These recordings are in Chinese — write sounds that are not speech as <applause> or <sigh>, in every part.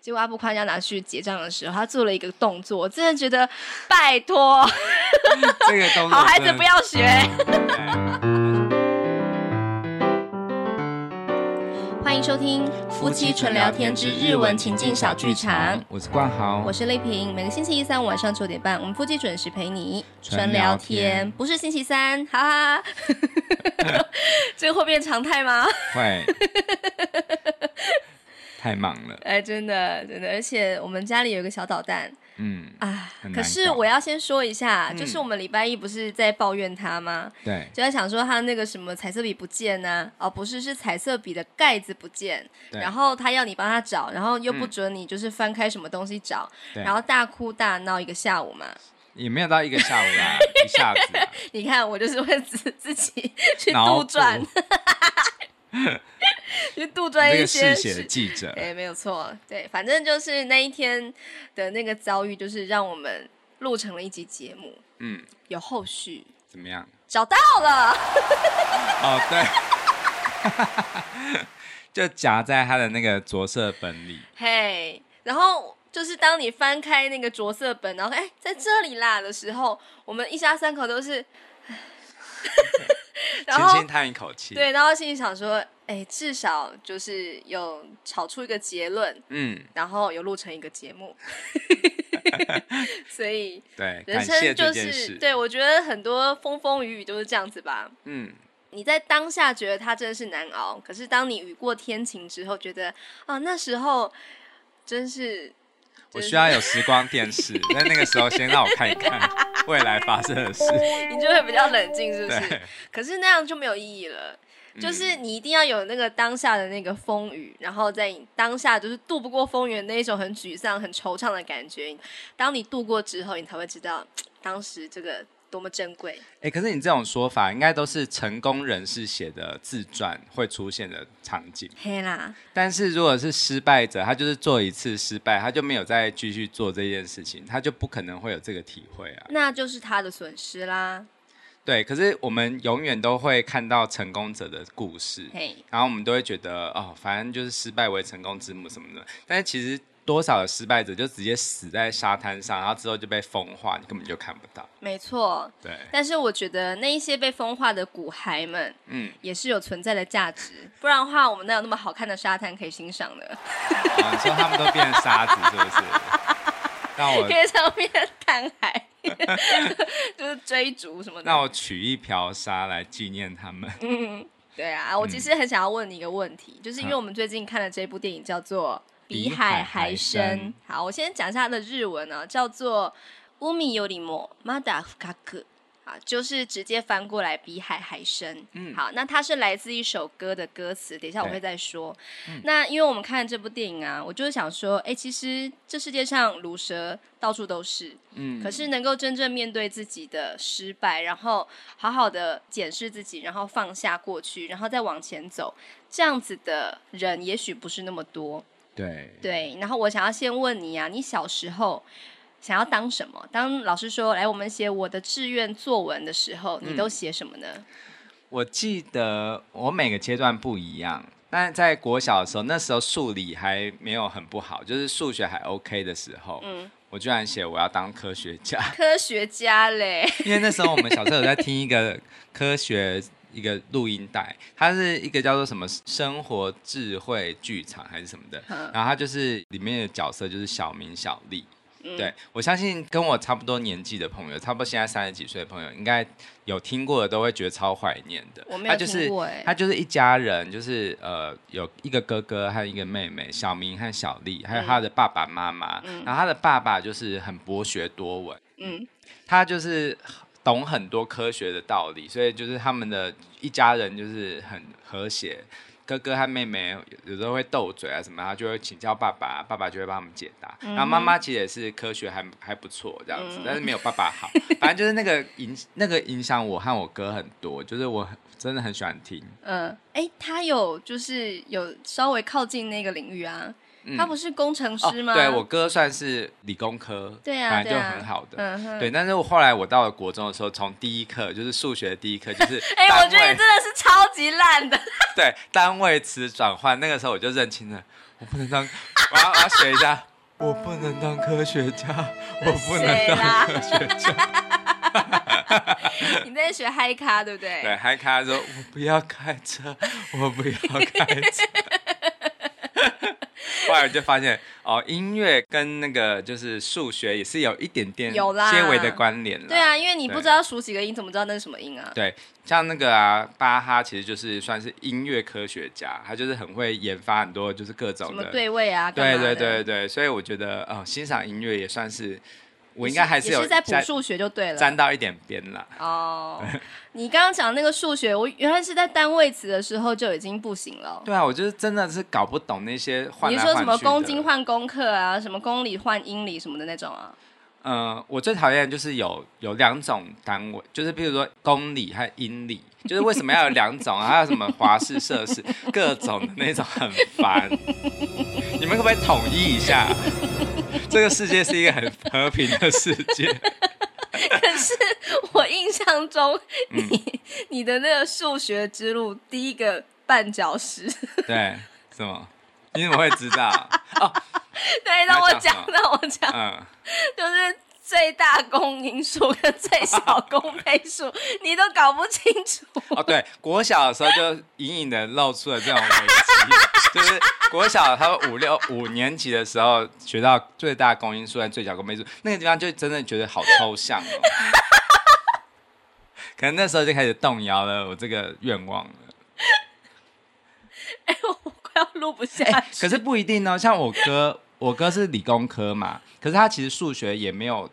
结果阿布宽要拿去结账的时候，他做了一个动作，我真的觉得拜托， <laughs> 这个东西好孩子不要学。嗯哎欢迎收听《夫妻纯聊天之日文情境小剧场》，我是冠豪，我是丽萍。每个星期一、三晚上九点半，我们夫妻准时陪你纯聊天不是星期三，哈哈。 <laughs> 这个会变常态吗？ <laughs> 会 <laughs> 太忙了，哎，真的真的，而且我们家里有一个小捣蛋嗯，啊很。难可是搞我要先说一下，就是嗯我们礼拜一不是在抱怨他吗？对就在想说他那个什么彩色笔不见呢、哦，不是，是彩色笔的盖子不见。对然后他要你帮他找，然后又不嗯准你就是翻开什么东西找，对，然后大哭大闹一个下午嘛。 <laughs> 也没有到一个下午啦，一下子啦你看我就是会自自己去脑杜撰 <laughs> 补，去杜你撰这一个些嗜血的记者，对，没有错，对，反正就是那一天的那个遭遇，就是让我们录成了一集节目，嗯，有后续，怎么样？找到了。哦，对， <laughs> 就夹在他的那个着色本里，嘿然后就是当你翻开那个着色本，然后哎，在这里啦的时候，我们一家三口都 <laughs> 是，唉然轻后轻叹一口气，，对，然后心里想说，哎，至少就是有吵出一个结论，嗯，然后有录成一个节 <laughs> 目，所以对，人感谢生这就是件事，对，我觉得很多风风雨雨都是这样子吧。嗯，你在当下觉得它真的是难熬，可是当你雨过天晴之后，觉得啊那时候真是我真需是要有时光电视，在那个时候先让我看一看未来发生的事，你就会比较冷静，是不是？ <laughs> 对，嗯可是那样就没有意义了。就是你一定要有那个当下的那个风雨，然后在你当下就是渡不过风雨的那一种很沮丧、很惆怅的感觉。当你度过之后，你才会知道当时这个多么珍贵。哎、可是你这种说法应该都是成功人士写的自传会出现的场景，嘿啦，但是如果是失败者，他就是做一次失败，他就没有再继续做这件事情，他就不可能会有这个体会啊。那就是他的损失啦。对，可是我们永远都会看到成功者的故事，嘿，然后我们都会觉得哦，反正就是失败为成功之母什么的，但是其实。多少的失败者就直接死在沙滩上，然后之后就被风化，你根本就看不到。没错。对，但是我觉得那一些被风化的骨骸们嗯，也是有存在的价值，不然的话，我们哪有那么好看的沙滩可以欣赏呢？哦，你说他们都变成沙子是不是？<laughs> 让我可以上面看海， <laughs> 就是追逐什么的那。我取一瓢沙来纪念他们。对啊，我其实很想要问你一个问题，就是因为嗯我们最近看了这部电影叫做《比比海海还还深深》。好，我先讲一下它的日文呢、叫做“乌米尤里莫马达福卡克”。啊，就是直接翻过来比海还深。嗯好，那它是来自一首歌的歌词，等一下我对嗯会再说。那因为我们看这部电影啊，我就是想说，哎，其实这世界上卤蛇到处都是， <laughs> 嗯，可是能够真正面对自己的失败，然后好好的检视自己，然后放下过去，然后再往前走，这样子的人也许不是那么多。对对，然后我想要先问你啊，你小时候想要当什么？当老师说来哎我们写我的志愿作文的时候，你都写什么呢？我记得我每个阶段不一样。但在国小的时候，那时候数理还没有很不好，就是数学还 OK 的时候，嗯我居然写我要当科学家，科学家嘞， <laughs> 因为那时候我们小时候有在听一个 <laughs> 科学一个录音带，它是一个叫做什么生活智慧剧场还是什么的，嗯然后它就是里面的角色就是小明小丽。嗯对，我相信跟我差不多年纪的朋友，差不多现在三十几岁的朋友，应该有听过的都会觉得超怀念的。我没他有就是听过哎、他就是一家人，就是呃有一个哥哥和一个妹妹，小明和小丽，还有他的爸爸妈妈。然后他的爸爸就是很博学多闻，嗯，他就是懂很多科学的道理，所以就是他们的一家人就是很和谐。哥哥和妹妹有时候会斗嘴啊什么，他就会请教爸爸，爸爸就会帮他们解答。然后妈妈其实也是科学还还不错这样子，嗯但是没有爸爸好。反正就是那个影那个影响我和我哥很多，就是我很真的很喜欢听。嗯，哎、他有就是有稍微靠近那个领域啊，嗯他不是工程哦师吗？对我哥算是理工科，对啊反正就对啊很好的。嗯哼，对，但是我后来我到了国中的时候，从第一课就是数学的第一课就是 <laughs> 哎、我单觉得位你真 <laughs> 的是超级烂的， <laughs> 对单位词转换，那个时候我就认清了，我不能当，我要我要学一下，我不能当科学家，我不能谁当啦科学家。你在学嗨咖对不对？对，啊还开说，我不要开车， <laughs> 我不要开车。后来我就发现，哦，音乐跟那个就是数学也是有一点点有啦些微的关联啦对啊，因为你对不知道数几个音，怎么知道那是什么音啊？对，像那个啊，巴哈其实就是算是音乐科学家，他就是很会研发很多就是各什种么的。对位啊？干对嘛的对对对，所以我觉得，哦，欣赏音乐也算是，我应该还也是有在补沾数学就对了。沾到一点边啦。哦， <laughs> 你刚刚讲那个数学，我原来是在单位词的时候就已经不行了。对啊，我就是真的是搞不懂那些换你来说换什么去公的斤换公克啊，什么公里换英里什么的那种啊？ <laughs> 嗯，我最讨厌就是有有两种单位，就是比如说公里和英里，就是为什么要有两种啊？还有什么华氏、摄氏，各种的那种很烦。你们可不可以统一一下？这个世界是一个很和平的世界。可是我印象中，嗯你、你的那个数学之路第一个绊脚石， <laughs> 对，什么？你怎么会知道？对，让我你要讲讲什，么让我讲，嗯，就是最大公因数跟最小公倍数，你都搞不清楚。哦，对，国小的时候就隐隐的露出了这种危机，就是国小他们五六五年级的时候学到最大公因数和最小公倍数，那个地方就真的觉得好抽象哦。可能那时候就开始动摇了我这个愿望了。 <laughs> 哎，我快要录不下哎、去。可是不一定哦，像我哥，我哥是理工科嘛，可是他其实数学也没有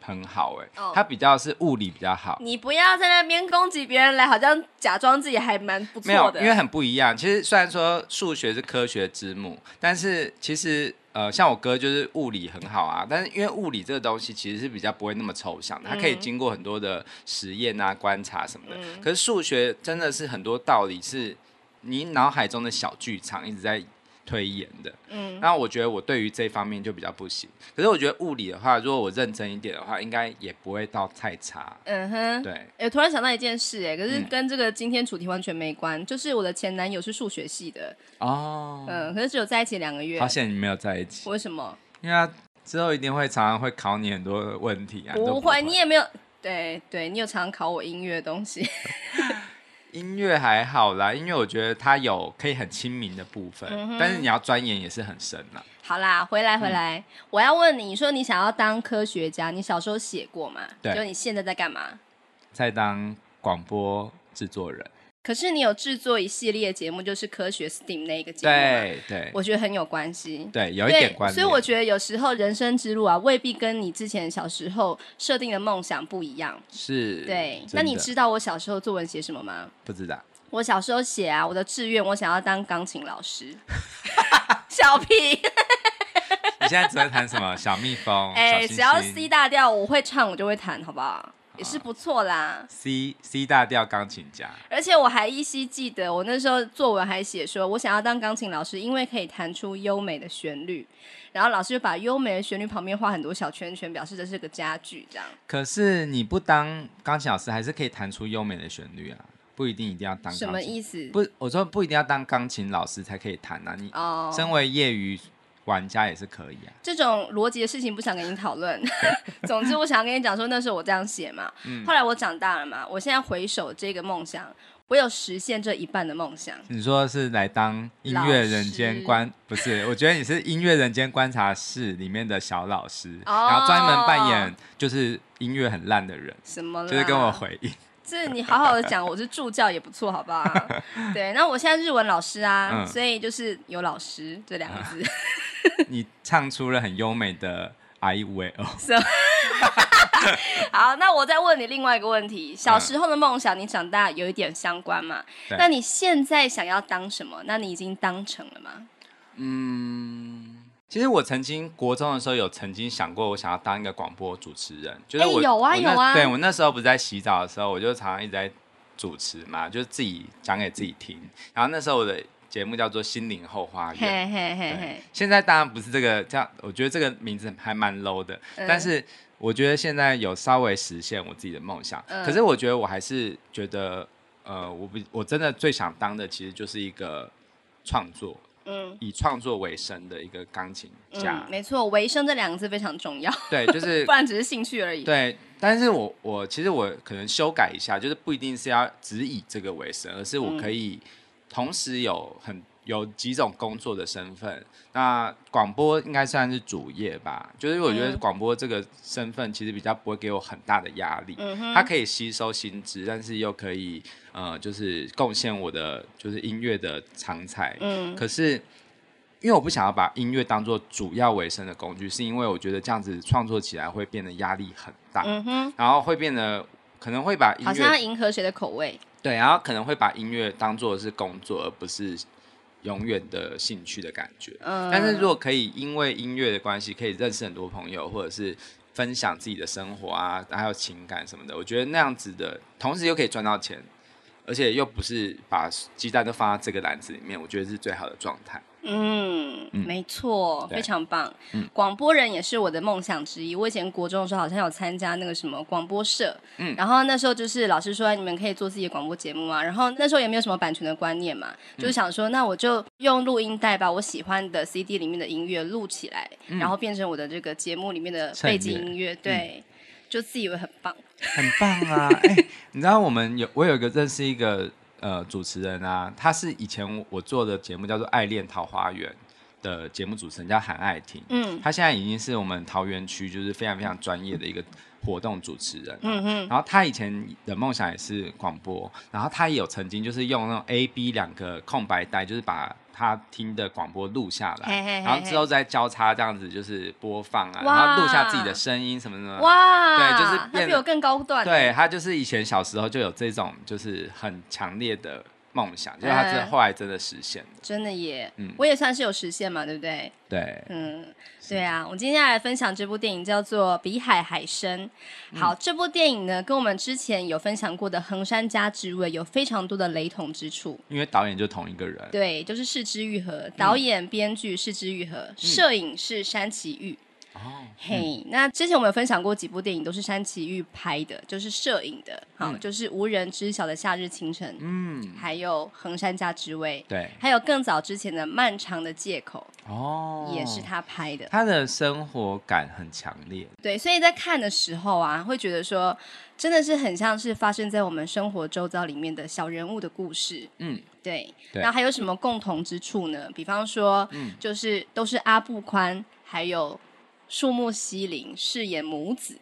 很好哎、哦他比较是物理比较好。你不要在那边攻击别人来，好像假装自己还蛮不没错有，的。因为很不一样。其实虽然说数学是科学之母，但是其实呃，像我哥就是物理很好啊，但是因为物理这个东西其实是比较不会那么抽象嗯的，它可以经过很多的实验啊、观察什么的。嗯可是数学真的是很多道理是你脑海中的小剧场一直在推演的。嗯，那我觉得我对于这方面就比较不行。可是我觉得物理的话，如果我认真一点的话，应该也不会到太差。嗯哼。对，哎、我突然想到一件事、哎，可是嗯跟这个今天主题完全没关，就是我的前男友是数学系的，哦，嗯，可是只有在一起两个月好，险你没有在一起。为什么？因为他之后一定会常常会考你很多的问题啊。你都不会，会，你也没有，对对，你有常考我音乐的东西，音乐还好啦，音乐我觉得它有可以很亲民的部分，嗯但是你要钻研也是很深啦。好啦，回来回嗯来，我要问你，你说你想要当科学家，你小时候写过吗？对就你现在在干嘛？再当广播制作人，可是你有制作一系列节目，就是科学 STEAM 那一个节目，，对对我觉得很有关系。对，有一点对关，所以联。我觉得有时候人生之路啊，未必跟你之前小时候设定的梦想不一样。是对，真那你的知道我小时候作文写什么吗？不知道？我小时候写啊，我的志愿我想要当钢琴老师。 <laughs> 小屁，你现在只会弹什么小蜜蜂？ <laughs> 哎、哦小星只要星 C 大调我会唱，我就会弹，好不好？也啊是不错啦。 C C 大调钢琴家，而且我还依稀记得，我那时候作文还写说，我想要当钢琴老师，因为可以弹出优美的旋律。然后老师就把优美的旋律旁边画很多小圈圈，表示这是个佳句，这样。可是你不当钢琴老师，还是可以弹出优美的旋律啊，不一定一定要当钢琴。什么意思？不，我说不一定要当钢琴老师才可以弹啊，你哦，身为业余玩家也是可以啊。这种逻辑的事情不想跟你讨 <laughs> 论。 <laughs> 总之，我想跟你讲说，那时候我这样写嘛。嗯后来我长大了嘛，我现在回首这个梦想，我有实现这一半的梦想。你说是来当音乐人间观，不是？我觉得你是音乐人间观察室里面的小老师，哦然后专门扮演就是音乐很烂的人，什么啦？就是跟我回 <laughs> 应。这你好好的讲，我是助教也不错，好不 <laughs> 好？对，那我现在日文老师啊，嗯所以就是有老师这两个 <laughs> 字。啊你唱出了很优美的 I V O，好，那我再问你另外一个问题：小时候的梦想，你长大有一点相关嘛？嗯对那你现在想要当什么？那你已经当成了吗？嗯。其实我曾经国中的时候有曾经想过，我想要当一个广播主持人，就是哎我、有啊我那有啊对我那时候不是在洗澡的时候，我就常常一直在主持嘛，就是自己讲给自己听。然后那时候我的节目叫做《心灵后花园》，嘿嘿嘿对嘿，，现在当然不是这个这样，我觉得这个名字还蛮 low 的，嗯但是我觉得现在有稍微实现我自己的梦想。嗯可是我觉得我还是觉得，呃，我不我真的最想当的其实就是一个创作，嗯以创作为生的一个钢琴家嗯，。没错，维生这两个字非常重要，对， <laughs> 就是不然只是兴趣而已。对，但是我我其实我可能修改一下，就是不一定是要只以这个为生，而是我嗯可以同时有很有几种工作的身份。那广播应该算是主业吧，就是我觉得嗯广播这个身份其实比较不会给我很大的压力，嗯哼，它可以吸收薪资，但是又可以呃，就是贡献我的就是音乐的长才。嗯可是因为我不想要把音乐当做主要为生的工具，是因为我觉得这样子创作起来会变得压力很大，嗯哼，然后会变得可能会把音好像要乐迎合谁的口味？对，然后可能会把音乐当做是工作，而不是永远的兴趣的感觉。嗯，但是如果可以因为音乐的关系，可以认识很多朋友，或者是分享自己的生活啊，还有情感什么的，我觉得那样子的，同时又可以赚到钱，而且又不是把鸡蛋都放在这个篮子里面，我觉得是最好的状态。嗯，嗯没错，对非常棒嗯。广播人也是我的梦想之一。我以前国中的时候好像有参加那个什么广播社，嗯然后那时候就是老师说你们可以做自己的广播节目啊，然后那时候也没有什么版权的观念嘛，嗯就是想说那我就用录音带把我喜欢的 CD 里面的音乐录起来，嗯然后变成我的这个节目里面的衬背景乐音乐，对，就自以为很棒。很棒 <laughs> 啊！哎、你知道我们有我有一个认识一个呃主持人啊，他是以前我做的节目叫做《爱恋桃花源》的节目主持人，叫韩爱婷。嗯他现在已经是我们桃园区就是非常非常专业的一个活动主持人。嗯哼，然后他以前的梦想也是广播，然后他也有曾经就是用那种 A、B 两个空白带，就是把他听的广播录下来，嘿嘿嘿嘿然后之后再交叉这样子就是播放啊，哇然后录下自己的声音什么什么。哇，啊对就是他变比得我更高 <laughs> 段，对，他就是以前小时候就有这种就是很强烈的梦想，就是他这嗯后来真的实现了。真的耶，嗯我也算是有实现嘛，对不对？对，嗯，对啊，我们今天要来分享这部电影叫做《比海还深》。好，嗯这部电影呢，跟我们之前有分享过的《横山家之味》有非常多的雷同之处。因为导演就同一个人。对，就是市之愈嗯合，导演、编剧市之愈合，摄影是山崎玉。哦，嘿，那之前我们有分享过几部电影，都是山崎玉拍的，就是摄影的，好，就是《无人知晓的夏日清晨》，嗯，还有《横山家之味》，对，还有更早之前的《漫长的借口哦》，也是他拍的。他的生活感很强烈。对，所以在看的时候啊，会觉得说，真的是很像是发生在我们生活周遭里面的小人物的故事。嗯，对，对嗯那还有什么共同之处呢？比方说，就是都是阿布宽，还有树木希林饰演母子，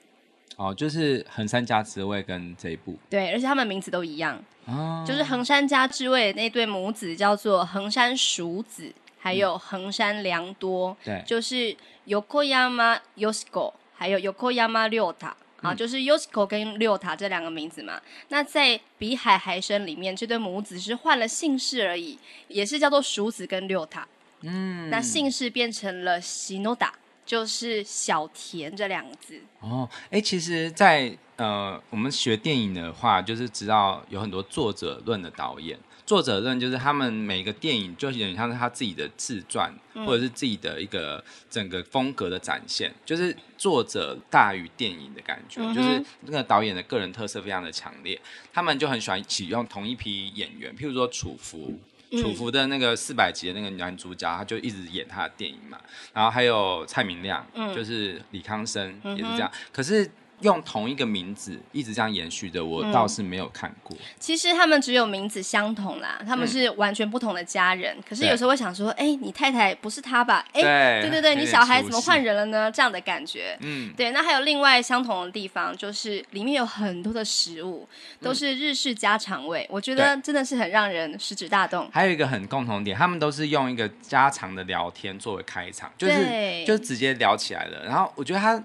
哦，就是横山家之味跟这一部对，而且他们名字都一样，哦，就是横山家之味那对母子叫做横山淑子，还有横山良多。对，就是 Yokoyama Yoshiko，还有 Yokoyama 六塔。啊，嗯就是 Yoshiko 跟六塔这两个名字嘛。那在《比海还深》里面，这对母子是换了姓氏而已，也是叫做熟子跟六塔。嗯那姓氏变成了 Shinoda，就是小田这两个字。哦，哎，其实在，呃，我们学电影的话，就是知道有很多作者论的导演。作者论就是他们每个电影就有点像是他自己的自传，或者是自己的一个整个风格的展现，就是作者大于电影的感觉，就是嗯那个导演的个人特色非常的强烈。他们就很喜欢启用同一批演员，譬如说楚服，楚服的那个四百集的那个男主角，他就一直演他的电影嘛。然后还有蔡明亮，嗯就是李康生也是这样。可是用同一个名字一直这样延续的，我嗯倒是没有看过。其实他们只有名字相同啦，他们是完全不同的家嗯人。可是有时候会想说，哎、你太太不是他吧？哎、对对对有对，点你小孩怎么熟悉换人了呢？这样的感觉。嗯，对，那还有另外相同的地方，就是里面有很多的食物都是日式家常味，我觉得真的是很让人食指大动。还有一个很共同点，他们都是用一个家常的聊天作为开场，就是对就直接聊起来了。然后我觉得他《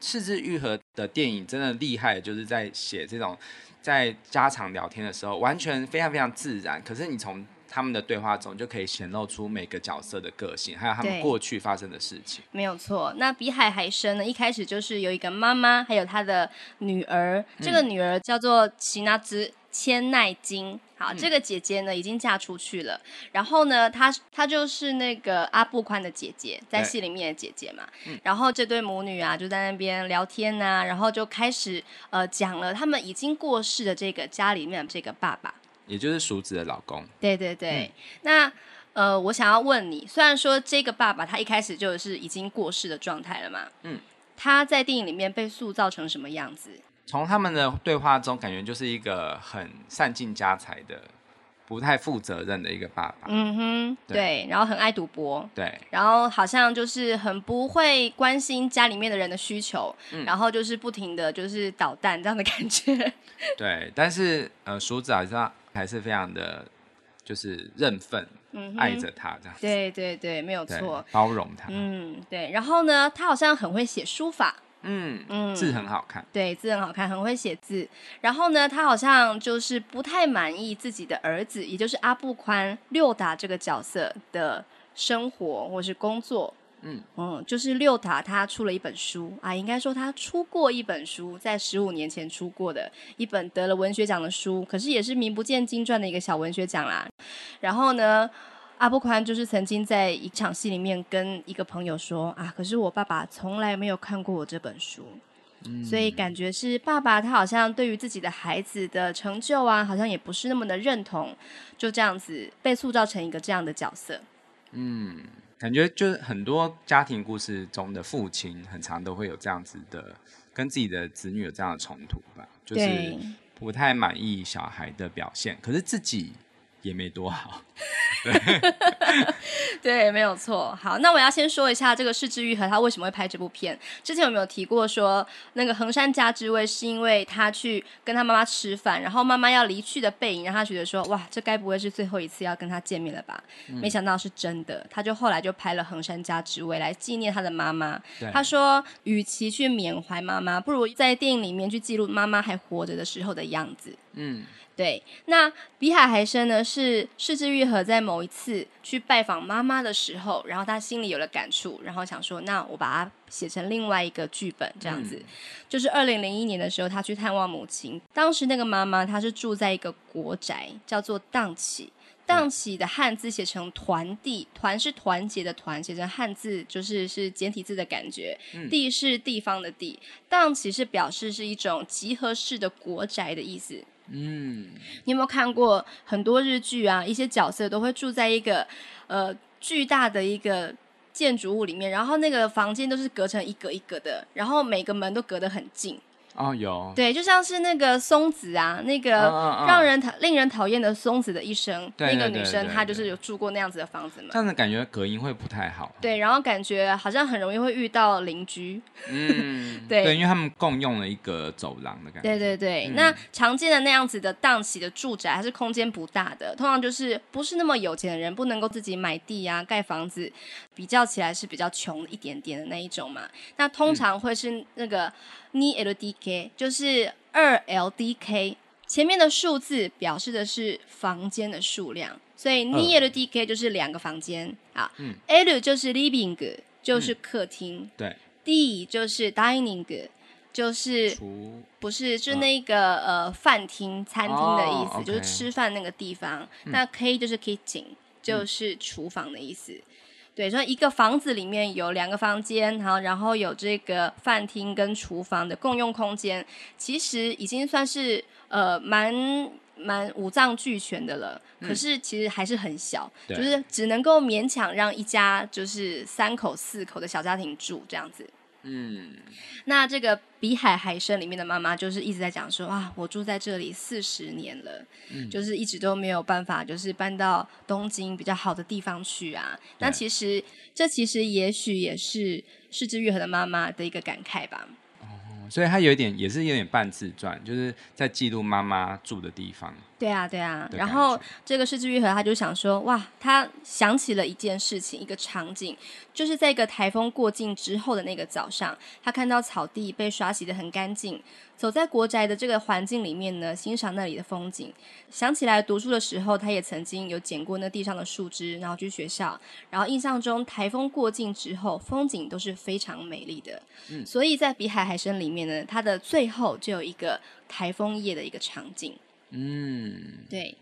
四肢愈合》的电影真的厉害，就是在写这种在家常聊天的时候，完全非常非常自然。可是你从他们的对话中就可以显露出每个角色的个性，还有他们对过去发生的事情。没有错，那比海还深呢，一开始就是有一个妈妈，还有她的女儿，这个女儿叫做奇纳兹千奈金。好，这个姐姐呢已经嫁出去了，然后呢，她她就是那个阿布宽的姐姐，在对戏里面的姐姐嘛。然后这对母女啊就在那边聊天呐、然后就开始呃讲了他们已经过世的这个家里面的这个爸爸。也就是熟子的老公，对对对，那。呃，我想要问你，虽然说这个爸爸他一开始就是已经过世的状态了嘛，嗯，他在电影里面被塑造成什么样子？从他们的对话中，感觉就是一个很散尽家财的、不太负责任的一个爸爸。嗯哼，对，然后很爱赌博，对，然后好像就是很不会关心家里面的人的需求，嗯然后就是不停的就是捣蛋这样的感觉。 <laughs> 对，但是呃，叔子好像还是非常的，就是认份，嗯哼爱着他这样子，对对对，没有对错。，包容他，嗯，对。然后呢，他好像很会写书法，嗯，嗯，字很好看，对，字很好看，很会写字。然后呢，他好像就是不太满意自己的儿子，也就是阿布宽六达这个角色的生活或是工作。嗯嗯，就是六达他出了一本书啊，应该说他出过一本书，在十五年前出过的一本得了文学奖的书，可是也是名不见经传的一个小文学奖啦。然后呢，阿布宽就是曾经在一场戏里面跟一个朋友说啊，可是我爸爸从来没有看过我这本书，嗯所以感觉是爸爸他好像对于自己的孩子的成就啊，好像也不是那么的认同，就这样子被塑造成一个这样的角色。感觉就是很多家庭故事中的父亲，很常都会有这样子的，跟自己的子女有这样的冲突吧，就是对不太满意小孩的表现，可是自己也没多好。 <laughs> 对，没有错。好，那我要先说一下这个市之愈和他为什么会拍这部片。之前有没有提过说，那个横山家之味是因为他去跟他妈妈吃饭，然后妈妈要离去的背影让他觉得说，哇，这该不会是最后一次要跟他见面了吧？没想到是真的，他就后来就拍了横山家之味来纪念他的妈妈。对他说，与其去缅怀妈妈，不如在电影里面去记录妈妈还活着的时候的样子。嗯，对，那比海还深呢是世之愈合在某一次去拜访妈妈的时候，然后他心里有了感触，然后想说，那我把它写成另外一个剧本这样子。就是二零零一年的时候，他去探望母亲，当时那个妈妈她是住在一个国宅，叫做荡起。荡起的汉字写成团地，团是团结的团，写成汉字就是是简体字的感觉。地是地方的地，荡起是表示是一种集合式的国宅的意思。嗯，你有没有看过很多日剧啊？一些角色都会住在一个呃巨大的一个建筑物里面，然后那个房间都是隔成一格一格的，然后每个门都隔得很近。哦，有，对，就像是那个松子啊，那嗯个嗯嗯让人讨令人讨厌的松子的一生，对那个对对女生对她就对是有住过那样子的房子嘛这。样子感觉隔音会不太好。啊对，然后感觉好像很容易会遇到邻居，嗯， <laughs> 对因为他们共用了一个走廊的感觉。对对对，那常见的那样子的档期的住宅，它是空间不大的，通常就是不是那么有钱的人不能够自己买地啊、盖房子，比较起来是比较穷一点点的那一种嘛。那通常会是那个 ni LDK，就是二 LDK，前面的数字表示的是房间的数量，所以 ni LDK 就是两个房间啊、l 就是 living，就是客厅、对 d 就是 dining。就是除不是，就是嗯那个、呃饭厅、餐厅的意思哦，OK 嗯就是吃饭那个地方。那 K 就是 kitchen，就是厨房的意思。对，所以一个房子里面有两个房间，好，然后有这个饭厅跟厨房的共用空间，其实已经算是呃蛮蛮五脏俱全的了。可是其实还是很小，嗯对就是只能够勉强让一家就是三口四口的小家庭住这样子。嗯，那这个《比海还深》里面的妈妈就是一直在讲说啊，我住在这里四十年了，就是一直都没有办法，就是搬到东京比较好的地方去啊。那其实这其实也许也是世之愈合的妈妈的一个感慨吧。哦所以他有一点也是有点半自传，就是在记录妈妈住的地方。对啊，对啊。的然感后觉这个世之愈合，他就想说，哇，他想起了一件事情，一个场景，就是在一个台风过境之后的那个早上，他看到草地被刷洗的很干净，走在国宅的这个环境里面呢，欣赏那里的风景。想起来读书的时候，他也曾经有捡过那地上的树枝，然后去学校。然后印象中，台风过境之后，风景都是非常美丽的。嗯所以在《比海还深》里面呢，它的最后就有一个台风夜的一个场景。嗯，对，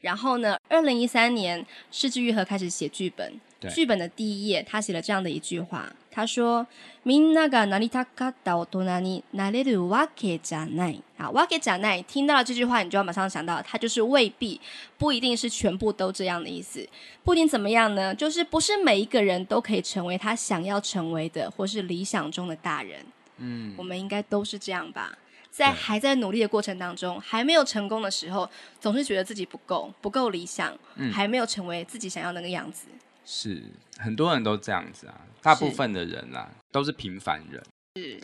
然后呢，二零一三年，世之愈合开始写剧本，对剧本的第一页，他写了这样的一句话，他说：“みんながなりたかった大人になれるわけじゃない。”啊，わけじゃない，听到了这句话，你就要马上想到，它就是未必，不一定是全部都这样的意思。不仅怎么样呢，就是不是每一个人都可以成为他想要成为的，或是理想中的大人。嗯，我们应该都是这样吧。在还在努力的过程当中，还没有成功的时候，总是觉得自己不够，不够理想，嗯还没有成为自己想要的那个样子。是很多人都这样子啊，大部是分的人啦、都是平凡人，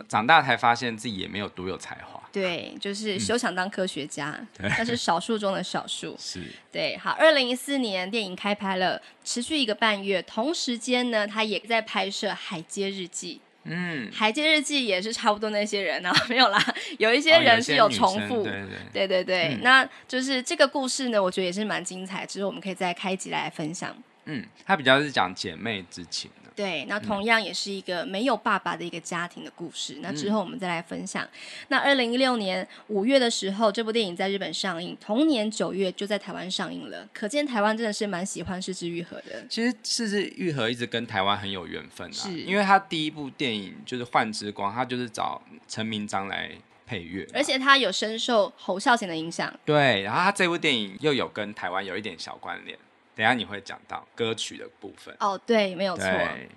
长大才发现自己也没有多有才华，对，就是休想当科学家，嗯对但是少数中的少数。是对，好，二零一四年电影开拍了，持续一个半月，同时间呢，他也在拍摄《海街日记》。嗯， 《海街日记》也是差不多那些人啊， <laughs> 没有啦，有一些哦人是有女重生复，对对对对对对，嗯那就是这个故事呢，我觉得也是蛮精彩，之后我们可以再开一集来分享。嗯，他比较是讲姐妹之情啊的、对，那同样也是一个没有爸爸的一个家庭的故事。嗯那之后我们再来分享。那二零一六年五月的时候，这部电影在日本上映，同年九月就在台湾上映了。可见台湾真的是蛮喜欢《失之愈合》的。其实《四肢愈合》一直跟台湾很有缘分啊，是因为他第一部电影就是《幻之光》，他就是找陈明章来配乐嘛，而且它有深受侯孝贤的影响，对，然后他这部电影又有跟台湾有一点小关联，等一下你会讲到歌曲的部分，哦，对，没有错。对，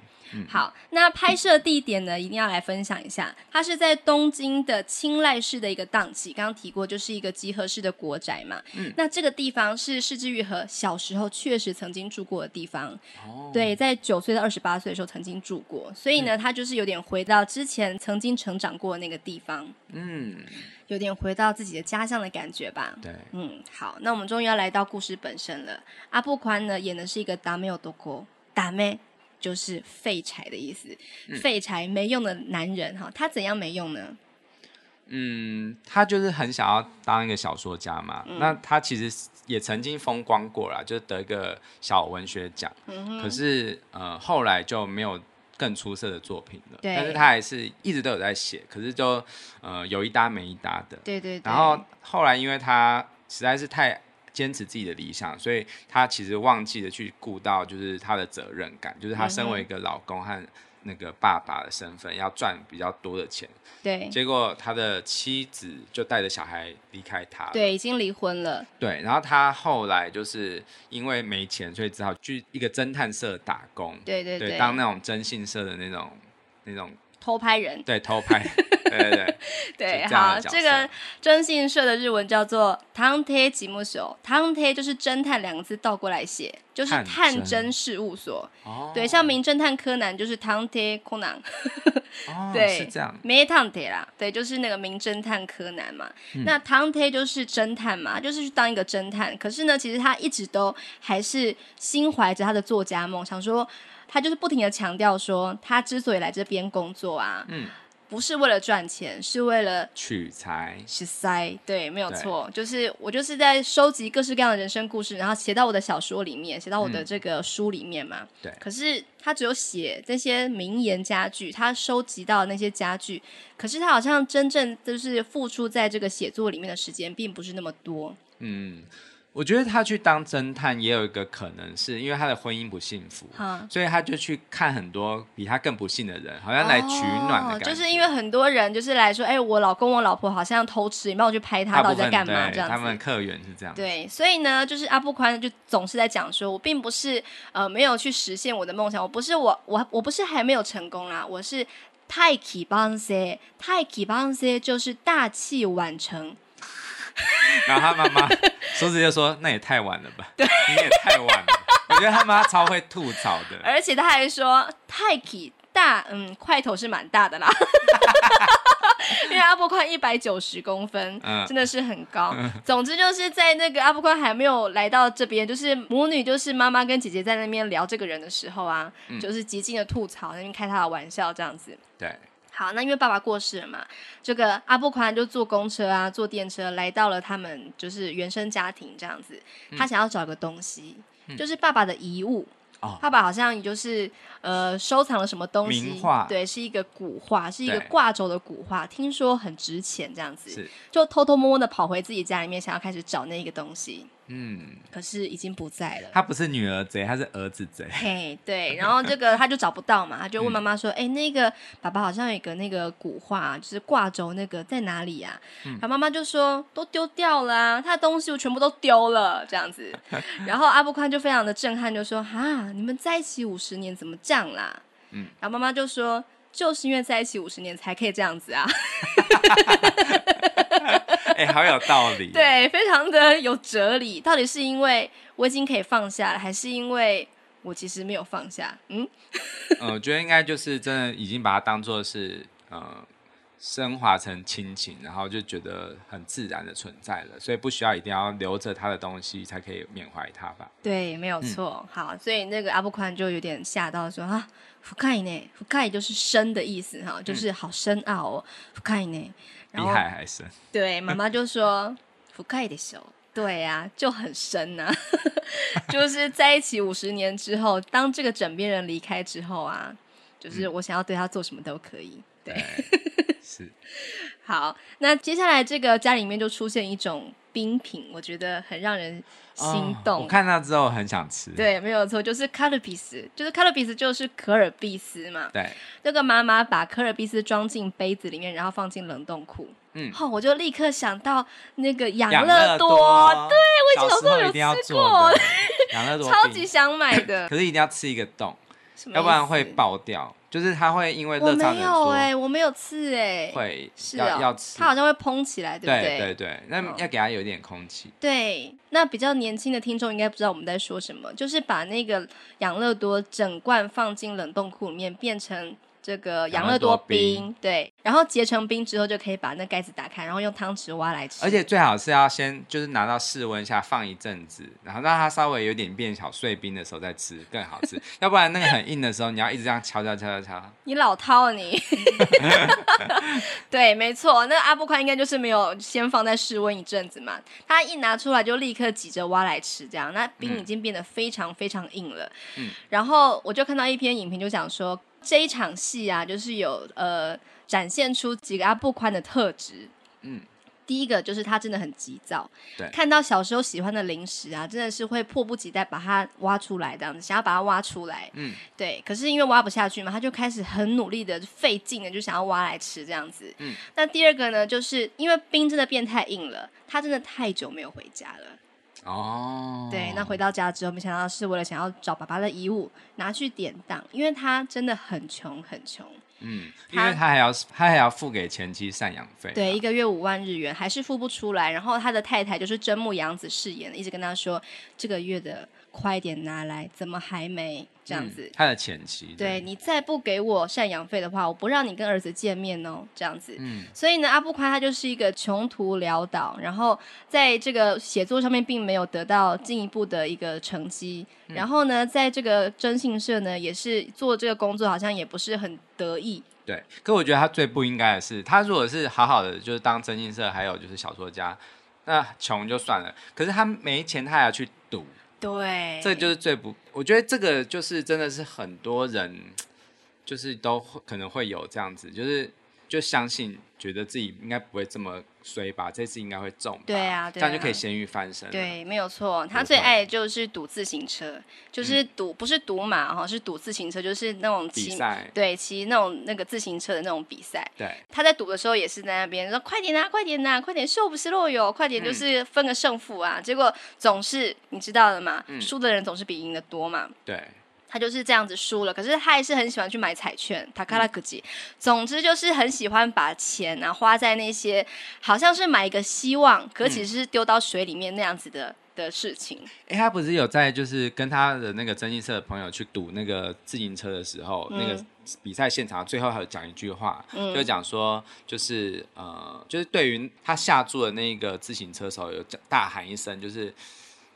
好，那拍摄地点呢，一定要来分享一下。它是在东京的青濑市的一个档期，刚刚提过，就是一个集合式的国宅嘛。嗯，那这个地方是市之愈和小时候确实曾经住过的地方。哦，对，在九岁到二十八岁的时候曾经住过，所以呢，他就是有点回到之前曾经成长过的那个地方，嗯，有点回到自己的家乡的感觉吧。对，嗯，好，那我们终于要来到故事本身了。阿布宽呢演的是一个达妹奥多国，达妹就是废柴的意思，废柴没用的男人哈。他怎样没用呢？嗯，他就是很想要当一个小说家嘛。嗯那他其实也曾经风光过啦，就是得一个小文学奖。嗯可是呃，后来就没有更出色的作品了。对但是他还是一直都有在写，可是就呃有一搭没一搭的。对对对，然后后来因为他实在是太坚持自己的理想，所以他其实忘记了去顾到就是他的责任感，就是嗯他身为一个老公和那个爸爸的身份，要赚比较多的钱。对结果他的妻子就带着小孩离开他了。对，已经离婚了，对然后他后来就是因为没钱，所以只好去一个侦探社打工，对对对，当那种征信社的那种那种偷拍人，对偷 <laughs> 拍，对对对，对，就这样好，的角色这个征信社的日文叫做“唐贴吉木手”，“唐贴”就是侦探两个字倒过来写，就是探探侦侦事务所。哦，对，像名侦探柯南就是唐贴柯南，哦对，是这样，没探贴啦，对，就是那个名侦探柯南嘛。那唐贴就是侦探嘛，就是去当一个侦探。可是呢，其实他一直都还是心怀着他的作家梦，想说他就是不停的强调说，他之所以来这边工作啊，嗯不是为了赚钱，是为了取材，十塞，对，没有对错，就是我就是在收集各式各样的人生故事，然后写到我的小说里面，写到我的这个书里面嘛。嗯对可是他只有写这些名言佳句，他收集到的那些佳句，可是他好像真正就是付出在这个写作里面的时间，并不是那么多。嗯。我觉得他去当侦探也有一个可能，是因为他的婚姻不幸福，哈所以他就去看很多比他更不幸的人，好像来取暖哦的感觉。就是因为很多人就是来说，哎、我老公我老婆好像偷吃，你帮我去拍他大到部底在分干嘛对这样子。他们客源是这样。对，所以呢，就是阿布宽就总是在讲说，我并不是呃没有去实现我的梦想，我不是我我我不是还没有成功啦，我是太起邦塞，太起邦塞就是大器晚成，然后他妈妈手指就说：“那也太晚了吧，你也太晚了。”我觉得他妈超会吐槽的，而且他还说太起大，嗯，块头是蛮大的啦。因为阿布宽一百九十公分，嗯真的是很高。总之就是在那个阿布宽还没有来到这边，就是母女就是妈妈跟姐姐在那边聊这个人的时候啊，就是极尽的吐槽，那边开他的玩笑这样子。对，好，那因为爸爸过世了嘛，这个阿布宽就坐公车啊，坐电车来到了他们就是原生家庭这样子。嗯他想要找个东西，就是爸爸的遗物。哦爸爸好像也就是呃收藏了什么东西，名画对，是一个古画，是一个对挂轴的古画，听说很值钱这样子，是就偷偷摸摸的跑回自己家里面，想要开始找那一个东西。嗯，可是已经不在了。他不是女儿贼，他是儿子 <laughs> 贼。嘿，对，然后这个他就找不到嘛，他就问妈妈说：“哎、那个爸爸好像有一个那个古画，就是挂轴那个在哪里呀、啊？”他、妈妈就说：“都丢掉了、啊，他的东西我全部都丢了。”这样子，然后阿布宽就非常的震撼，就说：“哈，你们在一起五十年怎么这样啦？”嗯，然后妈妈就说：“就是因为在一起五十年才可以这样子啊。”哎、好有道理。， <laughs> 对，非常的有哲理。到底是因为我已经可以放下了，还是因为我其实没有放下？嗯，嗯，我觉得应该就是真的已经把它当做是呃升华成亲情，然后就觉得很自然的存在了，所以不需要一定要留着他的东西才可以缅怀他吧。对，没嗯有错。好，所以那个阿布宽就有点吓到说啊，福盖呢？福盖就是深的意思哈，嗯就是好深奥哦，福盖呢？比然后海还深。对，妈妈就说福盖的手。对呀、就很深呐、 <laughs> 就是在一起五十年之后，当这个枕边人离开之后啊，就是嗯我想要对他做什么都可以。对，是，好，那接下来这个家里面就出现一种冰品，我觉得很让人 <laughs> 心哦动。我看到之后很想吃。对，没有错，就是卡勒比斯，就是卡勒比斯就是可尔必斯嘛。对这个妈妈把可尔必斯装进杯子里面，然后放进冷冻库。嗯哦，我就立刻想到那个养养乐多，多，对我已经有时候有一定要吃做过 <laughs> 的养乐多超冰级想买的，可是一定要吃一个洞，什么要不意然思会。爆掉。就是它会因为我热胀没冷有缩、哎、我没有刺哎、会是要、哦，要吃它，好像会蓬起来，对不对对对，那嗯要给它有一点空气。对，那比较年轻的听众应该不知道我们在说什么，就是把那个养乐多整罐放进冷冻库里面，变成这个养养乐乐多多冰冰，对，然后结成冰之后就可以把那盖子打开，然后用汤匙挖来吃。而且最好是要先就是拿到室温下放一阵子，然后让它稍微有点变小碎冰的时候再吃更好 <laughs> 吃，要不然那个很硬的时候你要一直这样敲敲敲敲敲。你老饕啊你， <laughs> 对，没错，那阿布宽应该就是没有先放在室温一阵子嘛，他一拿出来就立刻挤着挖来吃，这样那冰已经变得非常非常硬了。嗯然后我就看到一篇影评，就讲说这一场戏啊，就是有呃展现出几个阿布宽的特质。嗯，第一个就是他真的很急躁对，看到小时候喜欢的零食啊，真的是会迫不及待把它挖出来，这样子想要把它挖出来。嗯，对，可是因为挖不下去嘛，他就开始很努力的、费劲的就想要挖来吃这样子。嗯，那第二个呢，就是因为冰真的变太硬了，他真的太久没有回家了。哦，对，那回到家之后，没想到是为了想要找爸爸的遗物拿去典当，因为他真的很穷很穷，嗯，因他为他还要他还要付给前妻赡养费嘛，对，一个月五万日元还是付不出来。然后他的太太就是真木阳子饰演的，一直跟他说这个月的快一点拿来，怎么还没这样嗯子？他的前妻，对，你再不给我赡养费的话，我不让你跟儿子见面哦，这样子。嗯所以呢，阿布宽他就是一个穷途潦倒，然后在这个写作上面并没有得到进一步的一个成绩，嗯然后呢，在这个征信社呢，也是做这个工作好像也不是很得意，对，可我觉得他最不应该的是，他如果是好好的，就是当征信社，还有就是小说家，那穷就算了，可是他没钱，他还要去赌，对，这就是最不，我觉得这个就是真的是很多人，就是都会可能会有这样子，就是就相信觉得自己应该不会这么衰吧，这次应该会中吧，对啊这对样就可以啊咸鱼翻身了，对，没有错。他有最道理爱的就是赌自行车，就是赌、不是赌马哦哈，是赌自行车，就是那种比骑赛，对骑那种那个自行车的那种比赛。对，他在赌的时候也是在那边说：“快点呐、快点呐、啊快点瘦不是肉油，快点就是分个胜负啊！”结果总是你知道的嘛，输的人总是比赢的多嘛。对，他就是这样子输了，可是他还是很喜欢去买彩券，塔卡拉格吉。总之就是很喜欢把钱啊花在那些好像是买一个希望，可其实是丢到水里面那样子的的事情。哎、他不是有在就是跟他的那个征信社的朋友去赌那个自行车的时候，那个比赛现场最后还有讲一句话，就讲说就是呃，就是对于他下注的那个自行车手有讲大喊一声，就是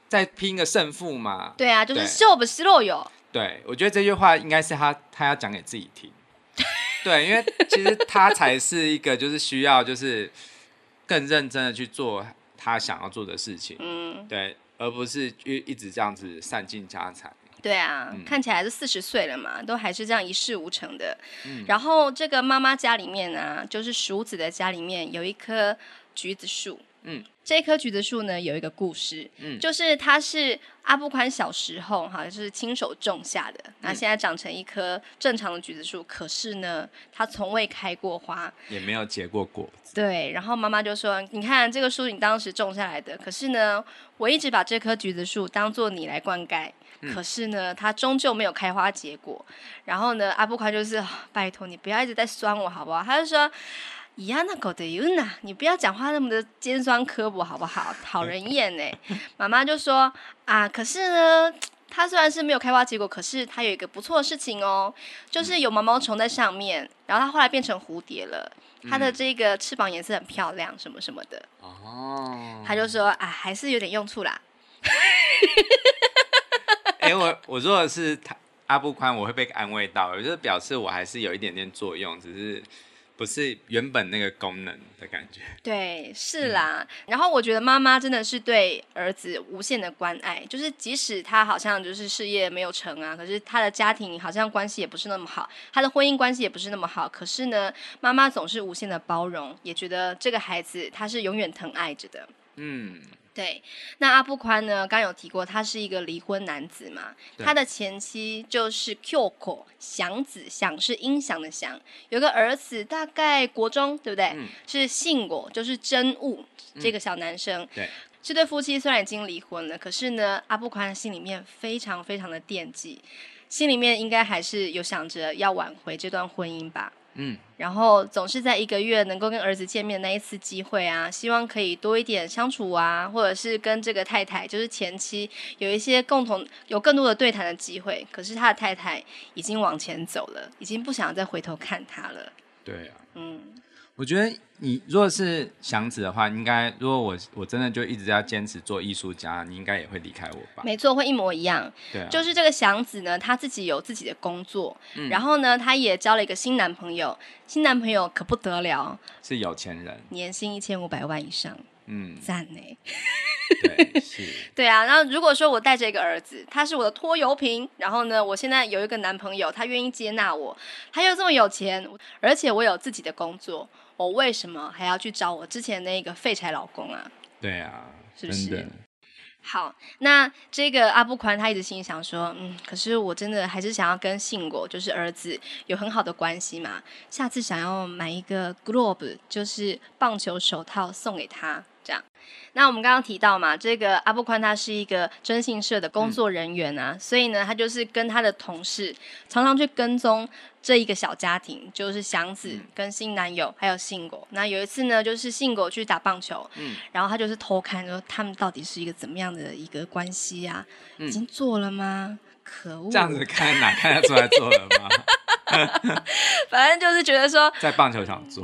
再拼个胜负嘛。对啊，就是对瘦不是肉油。对，我觉得这句话应该是他他要讲给自己听。对，因为其实他才是一个就是需要就是更认真的去做他想要做的事情，嗯，对，而不是一一直这样子散尽家财。对啊，看嗯起来是四十岁了嘛，都还是这样一事无成嗯的。然后这个妈妈家里面呢、就是鼠子的家里面有一颗橘子树。嗯，这棵橘子树呢有一个故事，嗯就是它是阿布宽小时候哈，就是亲手种下的，嗯那现在长成一棵正常的橘子树，可是呢，它从未开过花。也没有结过果。对，然后妈妈就说：“你看这个树，你当时种下来的，可是呢，我一直把这棵橘子树当做你来灌溉，可是呢，它终究没有开花结果。然后呢，阿布宽就是啊拜托你不要一直在酸我好不好？他就说。”伊安那狗的尤娜，你不要讲话那么的尖酸刻薄好不好？讨人厌呢、妈妈就说啊，可是呢，它虽然是没有开花结果，可是它有一个不错的事情哦，就是有毛毛虫在上面，然后它后来变成蝴蝶了，它的这个翅膀颜色很漂亮，什么什么的。哦，他就说啊，还是有点用处啦。哎、我我如果是他阿布宽，我会被安慰到，就是表示我还是有一点点作用，只是不是原本那个功能的感觉。对，是啦。然后我觉得妈妈真的是对儿子无限的关爱，就是即使他好像就是事业没有成啊，可是他的家庭好像关系也不是那么好，他的婚姻关系也不是那么好，可是呢，妈妈总是无限的包容，也觉得这个孩子他是永远疼爱着的。 <laughs> 嗯，对，那阿布宽呢？刚有提过，他是一个离婚男子嘛。对他的前妻就是 Kyoko 响子，响是音响的响，有个儿子，大概国中，对不对？嗯是信我，就是真悟这个小男生。对，这对夫妻虽然已经离婚了，可是呢，阿布宽心里面非常非常的惦记，心里面应该还是有想着要挽回这段婚姻吧。嗯，然后总是在一个月能够跟儿子见面的那一次机会啊，希望可以多一点相处啊，或者是跟这个太太，就是前妻有一些共同有更多的对谈的机会。可是他的太太已经往前走了，已经不想再回头看他了。对啊。嗯，我觉得你如果是祥子的话，应该如果我我真的就一直要坚持做艺术家，你应该也会离开我吧？没错，会一模一样。对啊，就是这个祥子呢，她自己有自己的工作，然后呢，她也交了一个新男朋友，新男朋友可不得了，是有钱人，年薪一千五百万以上， <laughs> 嗯，赞欸呢。对，是，对啊，然后如果说我带着一个儿子，他是我的拖油瓶，然后呢，我现在有一个男朋友，他愿意接纳我，他又这么有钱，而且我有自己的工作，我为什么还要去找我之前那个废柴老公啊？对啊，是真不的，是好，那这个阿布宽他一直心里想说，嗯，可是我真的还是想要跟信国，就是儿子有很好的关系嘛。下次想要买一个 globe，就是棒球手套送给他，这样。那我们刚刚提到嘛，这个阿布宽他是一个征信社的嗯工作人员啊，所以呢，他就是跟他的同事常常去跟踪这一个小家庭，就是祥子嗯跟新男友还有信国。那有一次呢，就是信国去打棒球，嗯然后他就是偷看，说他们到底是一个怎么样的一个关系啊？已经做了吗？可恶！嗯这样子，看哪看得出来做了 <laughs> 吗？反正就是觉得说，在棒球场做，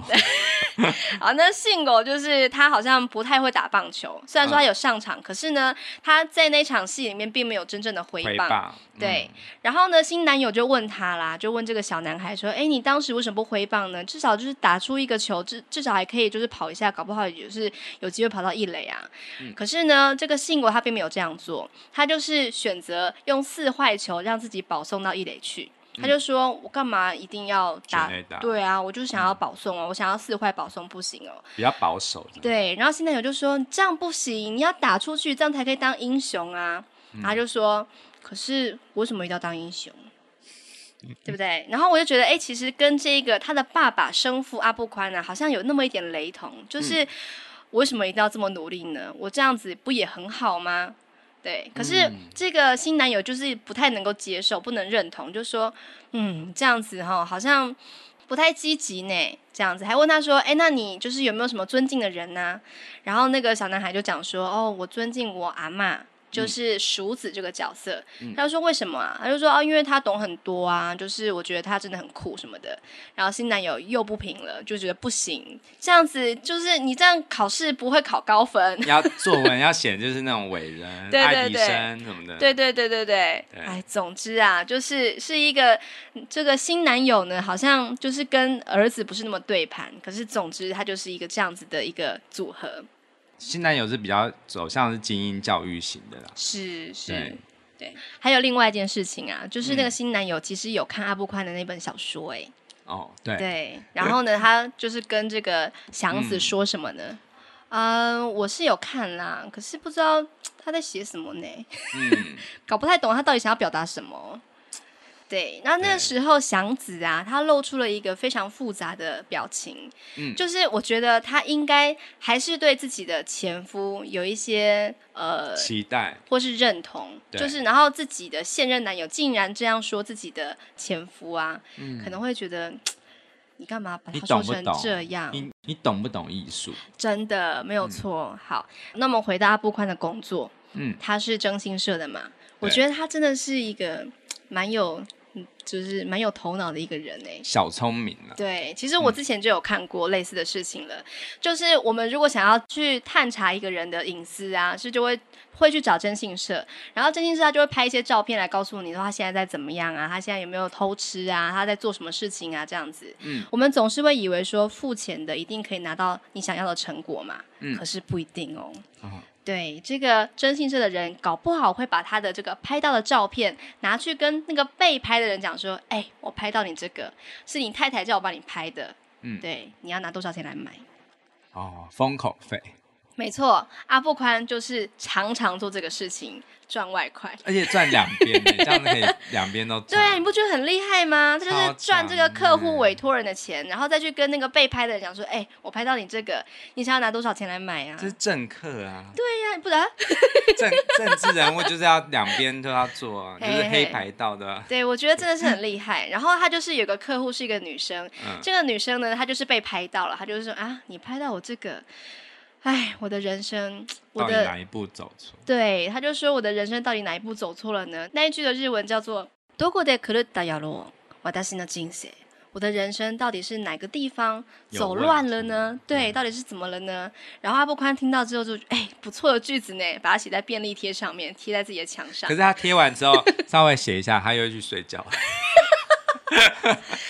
啊，那信狗就是他好像不太会打棒球，虽然说他有上场，可是呢，他在那场戏里面并没有真正的回回棒。棒，嗯对，然后呢，新男友就问他啦，就问这个小男孩说：“哎，你当时为什么不挥棒呢？至少就是打出一个球，至至少还可以就是跑一下，搞不好也是有机会跑到一垒啊。嗯可是呢，这个信国他并没有这样做，他就是选择用四坏球让自己保送到一垒去。他就说：“我干嘛一定要打全嗯垒打？嗯对啊，我就想要保送哦，我想要四坏保送不行哦。”比较保守的，对，然后新男友就说这样不行，你要打出去，这样才可以当英雄啊。然后他就说，可是我为什么一定要当英雄？对不对？然后我就觉得，哎、其实跟这个他的爸爸生父阿布宽啊，好像有那么一点雷同，就是、我为什么一定要这么努力呢？我这样子不也很好吗？对，可是这个新男友就是不太能够接受，不能认同，就说，嗯，这样子哈，好像不太积极呢，这样子，还问他说：“哎，那你就是有没有什么尊敬的人呢、然后那个小男孩就讲说：“哦，我尊敬我阿嬷，就是熟子这个角色。嗯他就说：“为什么啊？”他就说：“哦，因为他懂很多啊，就是我觉得他真的很酷什么的。”然后新男友又不平了，就觉得不行，这样子就是你这样考试不会考高分。要作文要写就是那种伟人、对对爱迪对生什么的，对对对对对，对哎，总之啊，就是是一个这个新男友呢，好像就是跟儿子不是那么对盘，可是总之他就是一个这样子的一个组合，新男友是比较走向是精英教育型的啦，是是对。对，还有另外一件事情啊，就是那个新男友其实有看阿布宽的那本小说、哎、哦，对，嗯对，然后呢，他就是跟这个祥子说什么呢？嗯，我是有看啦，可是不知道他在写什么呢，嗯，搞不太懂他到底想要表达什么。对，那那对时候祥子啊，他露出了一个非常复杂的表情，嗯就是我觉得他应该还是对自己的前夫有一些呃期待，或是认同，对就是然后自己的现任男友竟然这样说自己的前夫啊，可能会觉得你干嘛把嗯你呃他说懂不成懂这样？你嗯你懂不懂艺术？真的没有错。好，那么回到阿布宽的工作，嗯，他是征信社的嘛，我对觉得他真的是一个蛮有，嗯就是蛮有头脑的一个人哎、小聪明了，对，其实嗯我之前就有看过类似的事情了，就是我们如果想要去探查一个人的隐私啊，是就会会去找征信社，然后征信社他就会拍一些照片来告诉你说他现在在怎么样啊，他现在有没有偷吃啊，他在做什么事情啊，这样子。嗯，我们总是会以为说付钱的一定可以拿到你想要的成果嘛，嗯可是不一定哦。哦对，这个征信社的人搞不好会把他的这个拍到的照片拿去跟那个被拍的人讲说：“哎、我拍到你这个，是你太太叫我帮你拍的，嗯对，你要拿多少钱来买？”哦，封口费，没错，阿布宽就是常常做这个事情赚外快。而且赚两边呢，这 <laughs> 样子可以两边都对啊，赚。你不觉得很厉害吗？这就是超欸赚这个强客户的委托人的钱，然后再去跟那个被拍的人讲说：“哎、我拍到你这个，你想要拿多少钱来买啊？”这是政客啊，对呀、不然政政治人物就是要两边都要做啊，就嘿是黑嘿牌道的啊，对我觉得真的是很厉害。然后他就是有个客户是一个女生，嗯这个女生呢，她就是被拍到了，她就是说啊，你拍到我这个，哎，我的人生，我到底的哪一步走错？对，她就说我的人生到底哪一步走错了呢？那一句的日文叫做“どこで狂った野郎私の人生”。我的人生到底是哪个地方有走问乱题了呢？对，嗯到底是怎么了呢？然后阿布宽听到之后就，哎，不错的句子呢，把它写在便利贴上面，贴在自己的墙上可。是他贴完 <laughs> 之后，稍微写一下，他又去睡觉。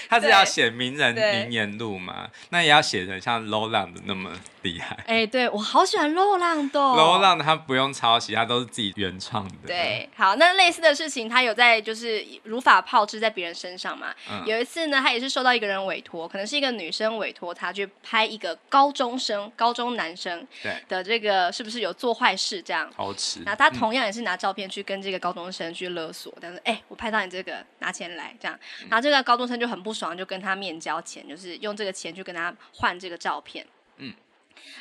他是要写名人对名言录嘛？那也要写成像 Low 浪的那么厉害。哎，对我好喜欢肉浪的哦、 Low 浪他不用抄袭，他都是自己原创的。，对，好，那类似的事情，他有在就是如法炮制在别人身上嘛？嗯有一次呢，他也是受到一个人委托，可能是一个女生委托他去拍一个高中生、高中男生对的这个是不是有做坏事这样。偷吃。那他同样也是拿照片去跟这个高中生去勒索，但是哎、我拍到你这个，拿钱来这样，嗯然后这个高中生就很不爽，就跟他面交钱，就是用这个钱去跟他换这个照片。嗯，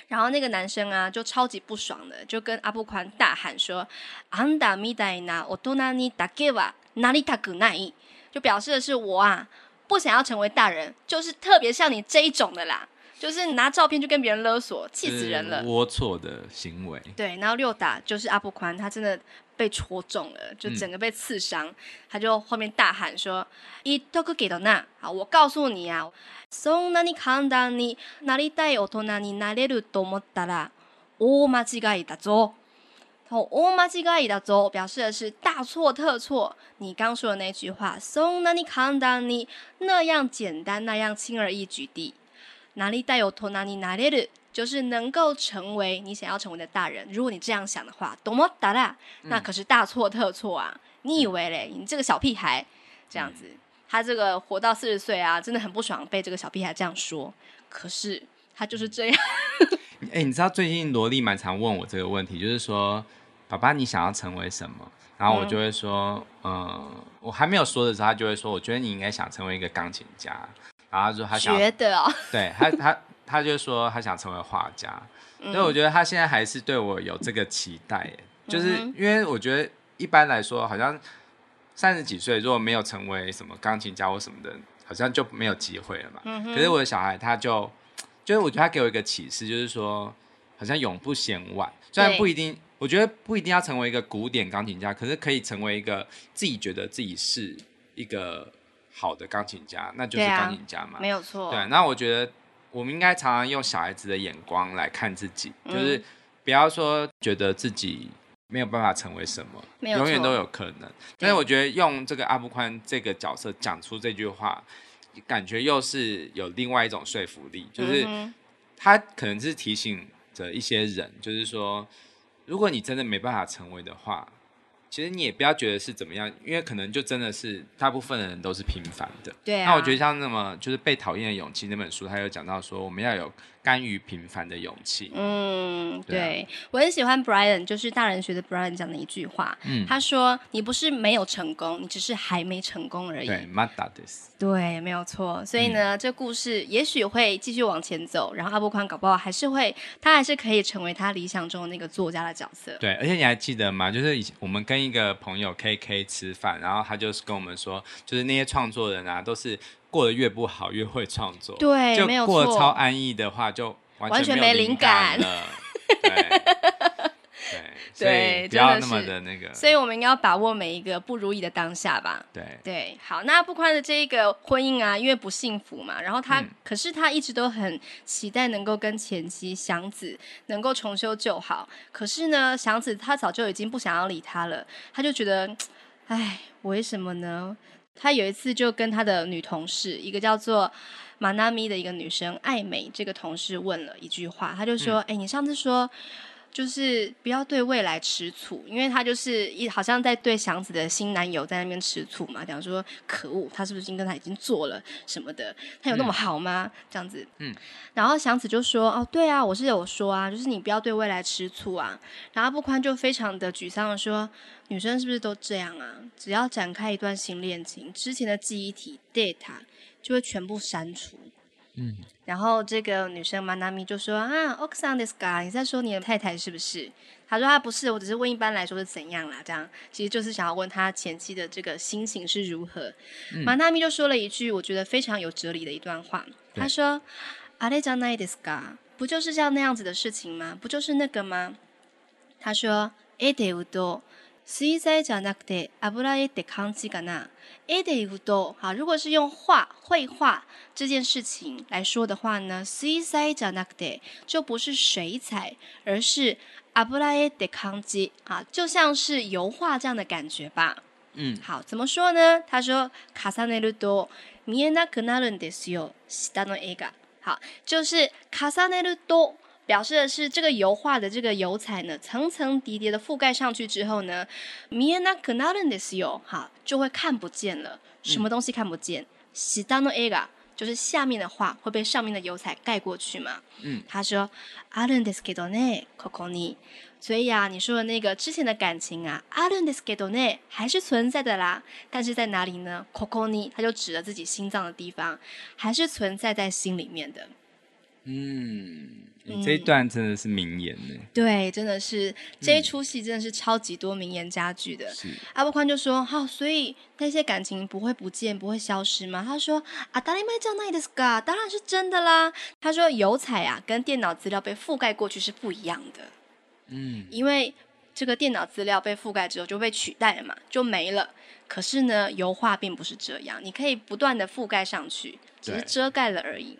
然后那个男生啊就超级不爽的，就跟阿布宽大喊说：“あんたみたいな大人にだけはなりたくない。”就表示的是我啊，不想要成为大人，就是特别像你这一种的啦，就是你拿照片就跟别人勒索，气死人了就是。龌龊的行为，对，然后六打就是阿布宽，他真的被戳中了，就整个被刺伤，他就后面大喊说：“伊都可给到那啊！我告诉你啊，そんなに簡単になりたい大人になれると思ったら大間違いだぞ。”哦，大間違いだぞ，表示的是大错特错。你刚说的那句话，そんなに簡単に那样简单，那样轻而易举地。哪里带有托哪里哪里的，就是能够成为你想要成为的大人。如果你这样想的话，多么达啦，嗯那可是大错特错啊！你以为嘞，你这个小屁孩这样子，嗯他这个活到四十岁啊，真的很不爽被这个小屁孩这样说。可是他就是这样，哎、你知道最近萝莉蛮常问我这个问题，就是说，爸爸你想要成为什么？然后我就会说，嗯、我还没有说的时候，他就会说，我觉得你应该想成为一个钢琴家。然后他说他想要嗯觉得哦， <laughs> 对他，他他就说他想成为画家，嗯所以我觉得他现在还是对我有这个期待耶，就是嗯因为我觉得一般来说，好像三十几岁如果没有成为什么钢琴家或什么的，好像就没有机会了嘛。嗯可是我的小孩他就，就是我觉得他给我一个启示，就是说好像永不嫌晚，虽然对不一定。我觉得不一定要成为一个古典钢琴家，可是可以成为一个自己觉得自己是一个好的钢琴家，那就是对啊钢琴家嘛。没有错，对，那我觉得我们应该常常用小孩子的眼光来看自己，嗯就是不要说觉得自己没有办法成为什么，没有永远错都有可能。但是我觉得用这个阿布宽这个角色讲出这句话，感觉又是有另外一种说服力，就是嗯他可能是提醒着一些人，就是说，如果你真的没办法成为的话，其实你也不要觉得是怎么样，因为可能就真的是大部分的人都是平凡的。对啊，那我觉得像那么就是《被讨厌的勇气》那本书，它有讲到说，我们要有甘于平凡的勇气。嗯，对对啊我很喜欢 Brian，就是大人学的 Brian 讲的一句话，嗯他说：“你不是没有成功，你只是还没成功而已。对 m a d a d i s 对没有错。所以嗯呢，这故事也许会继续往前走，然后阿波宽搞不好还是会，他还是可以成为他理想中的那个作家的角色。对，而且你还记得吗？就是以前我们跟一个朋友 K K 吃饭，然后他就是跟我们说，就是那些创作人啊，都是过得越不好越会创作，对，没有就过得超错。安逸的话，就完全全没有灵灵感了。对 <laughs> 对，所对以不真的要那么是的那个，所以我们应该要把握每一个不如意的当下吧。对对，好，那不宽的这一个婚姻啊，因为不幸福嘛，然后他、嗯可是他一直都很期待能够跟前妻祥子能够重修旧好，可是呢，祥子他早就已经不想要理他了，他就觉得，哎，为什么呢？他有一次就跟他的女同事，一个叫做马纳咪的一个女生艾美这个同事问了一句话，他就说：“嗯哎、你上次说就是不要对未来吃醋，因为他就是一好像在对祥子的新男友在那边吃醋嘛，讲说可恶，他是不是已经跟他已经做了什么的？他有那么好吗？这样子，嗯。然后祥子就说：哦，对啊，我是有说啊，就是你不要对未来吃醋啊。然后不宽就非常的沮丧的说：女生是不是都这样啊？只要展开一段新恋情，之前的记忆体 data 就会全部删除。嗯，然后这个女生 Manami 就说啊 o x a n this guy，你在说你的太太是不是？她说她啊不是，我只是问一般来说是怎样啦，这样其实就是想要问她前妻的这个心情是如何。Manami 就说了一句我觉得非常有哲理的一段话，她说あれじゃないですか？不就是像那样子的事情吗？不就是那个吗？她说えでうど。水在じゃなくて油絵って感じかな。えでうど。好，如果是用画绘画这件事情来说的话呢，水彩じゃなくて就不是水彩，而是油絵で感じ啊，就像是油画这样的感觉吧。嗯，好，怎么说呢？他说重ねると見えなくなるんですよ。下の絵が。好，就是重ねると。表示的是这个油画的这个油彩呢，层层叠叠的覆盖上去之后呢，見えなくなるんですよ，好，就会看不见了。什么东西看不见？下の絵が就是下面的画会被上面的油彩盖过去嘛。嗯，他说あるんですけどね、ここに。所以啊，你说的那个之前的感情啊，あるんですけどね，还是存在的啦。但是在哪里呢？ここに，他就指了自己心脏的地方，还是存在在心里面的。嗯，你这一段真的是名言呢，对，真的是这一出戏真的是超级多名言佳句的。是阿波宽就说：“好、所以那些感情不会不见，不会消失吗？”他说：“啊，当然没这样的事噶，当然是真的啦。”他说：“油彩啊，跟电脑资料被覆盖过去是不一样的，嗯，因为这个电脑资料被覆盖之后就被取代了嘛，就没了。可是呢，油画并不是这样，你可以不断的覆盖上去，只是对遮盖了而已。”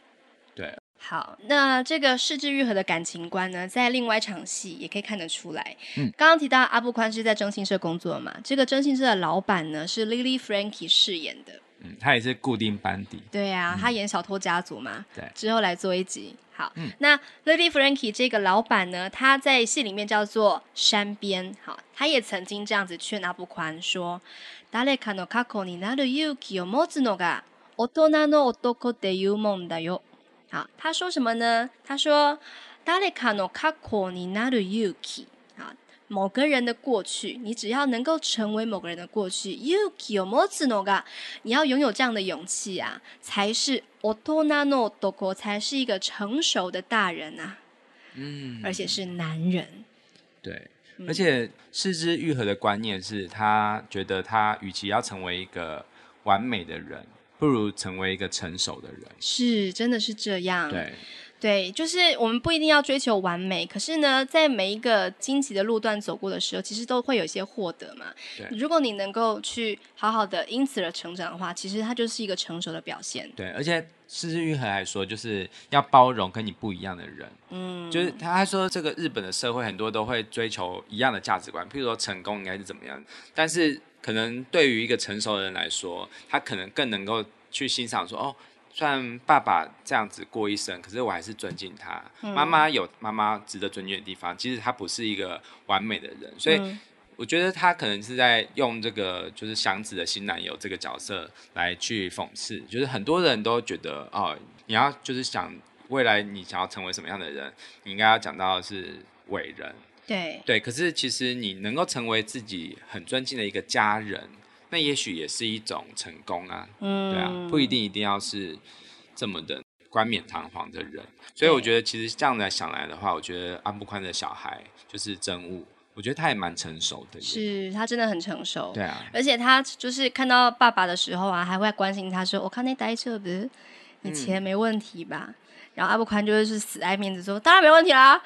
对，好，那这个失之愈合的感情观呢，在另外一场戏也可以看得出来。嗯刚刚提到阿布宽是在征信社工作嘛，这个征信社的老板呢是 Lily Frankie 饰演的。嗯，他也是固定班底，对啊，他演小偷家族嘛，嗯对之后来做一集。好，嗯那 Lady Frankie 这个老板呢，他在戏里面叫做山边，好，他也曾经这样子劝阿布宽说：“誰かの過去になる勇気を持つのが大人の男っていうもんだよ。”好，他说什么呢？他说：“誰かの過去になる勇気。”好，某个人的过去，你只要能够成为某个人的过去勇気を持つのが你要拥有这样的勇气啊，才是 otonano d o k o 才是一个成熟的大人啊，嗯，而且是男人。对，而且四肢愈合的观念是他觉得他与其要成为一个完美的人，不如成为一个成熟的人。是，真的是这样。对，对，就是我们不一定要追求完美，可是呢，在每一个荆棘的路段走过的时候，其实都会有一些获得嘛对。如果你能够去好好的因此而成长的话，其实它就是一个成熟的表现。对，而且四肢愈合还说就是要包容跟你不一样的人。嗯，就是他他说这个日本的社会很多都会追求一样的价值观，譬如说成功应该是怎么样，但是可能对于一个成熟的人来说，他可能更能够去欣赏说哦。虽然爸爸这样子过一生，可是我还是尊敬他。妈妈有妈妈值得尊敬的地方，即使他不是一个完美的人，所以嗯我觉得他可能是在用这个就是祥子的新男友这个角色来去讽刺，就是很多人都觉得哦，你要就是想未来你想要成为什么样的人，你应该要讲到的是伟人，对，对。可是其实你能够成为自己很尊敬的一个家人，那也许也是一种成功啊。嗯，对啊，不一定一定要是这么的冠冕堂皇的人。所以我觉得，其实这样来想来的话，我觉得安布宽的小孩就是真悟，我觉得他也蛮成熟的耶。是他真的很成熟，对啊，而且他就是看到爸爸的时候啊，还会关心他说：“我看那呆这不是，嗯你钱没问题吧？”然后阿布宽就会是死爱面子说：“当然没问题 <laughs> 啦。”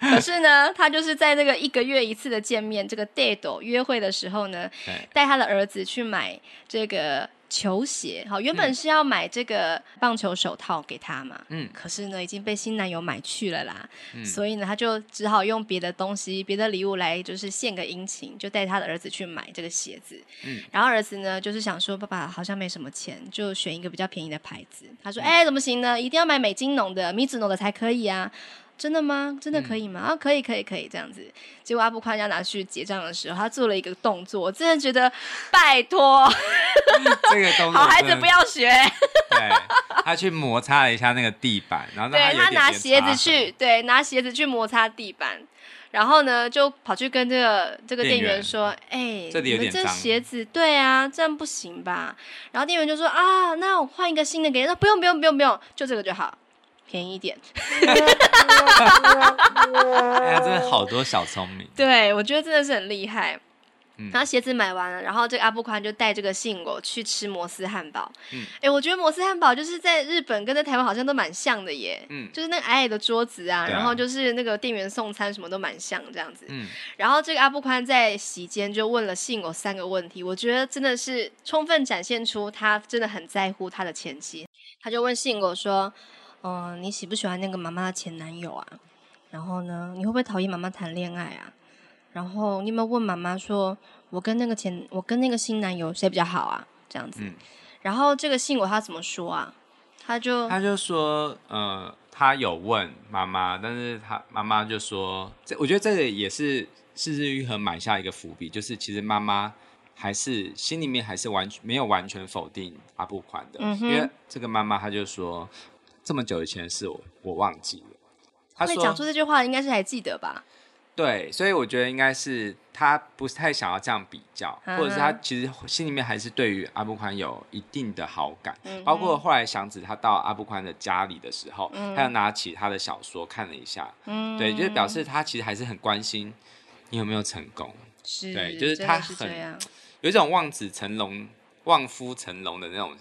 可是呢，他就是在这个一个月一次的见面，这个 date 约会的时候呢对，带他的儿子去买这个球鞋。好，原本是要买这个棒球手套给他嘛，嗯，可是呢，已经被新男友买去了啦，所以呢，他就只好用别的东西、别的礼物来，就是献个殷勤，就带他的儿子去买这个鞋子。嗯然后儿子呢，就是想说，爸爸好像没什么钱，就选一个比较便宜的牌子。他嗯说：“哎、怎么行呢？一定要买美津浓的、米子浓的才可以啊。”真的吗？真的可嗯以吗？啊，可以，可以，可以，这样子。结果阿布宽要拿去结账的时候，他做了一个动作，我真的觉得拜托，这个动作好孩子真的不要学。对，他去摩擦了一下那个地板，然后对让有他一点拿点鞋擦子去痕，，对，拿鞋子去摩擦地板，然后呢，就跑去跟这个这个店店员员说：“哎、这里你有们点这脏鞋子，对啊，这样不行吧？”然后店员就说：“啊，那我换一个新的给你。”那不用，不用，不用，不用，就这个就好，便宜一点。哎呀，真的好多小聪明，对，我觉得真的是很厉害。嗯然后鞋子买完了，然后这个阿布宽就带这个信我去吃摩斯汉堡。嗯哎、我觉得摩斯汉堡就是在日本跟在台湾好像都蛮像的耶。嗯就是那个矮矮的桌子啊，对啊然后就是那个店员送餐什么都蛮像这样子。嗯，然后这个阿布宽在席间就问了信我三个问题，我觉得真的是充分展现出他真的很在乎他的前妻。他就问信我说：“嗯、你喜不喜欢那个妈妈的前男友啊？然后呢，你会不会讨厌妈妈谈恋爱啊？然后你有没有问妈妈说，我跟那个前我跟那个新男友谁比较好啊？这样子。嗯然后这个信我他怎么说啊？他就他就说，呃，他有问妈妈，但是他妈妈就说，这我觉得这个也是四之愈合埋下一个伏笔，就是其实妈妈还是心里面还是完全没有完全否定阿布宽的，嗯哼因为这个妈妈她就说，这么久以前的事我我忘记了，她会讲说出这句话，应该是还记得吧？对，所以我觉得应该是她不太想要这样比较，嗯哼或者是她其实心里面还是对于阿布宽有一定的好感，嗯哼包括后来祥子他到阿布宽的家里的时候，他又拿起他的小说看了一下，嗯对，就是表示他其实还是很关心你有没有成功，是，对就是真的他是这很样，有一种望子成龙、望夫成龙的那种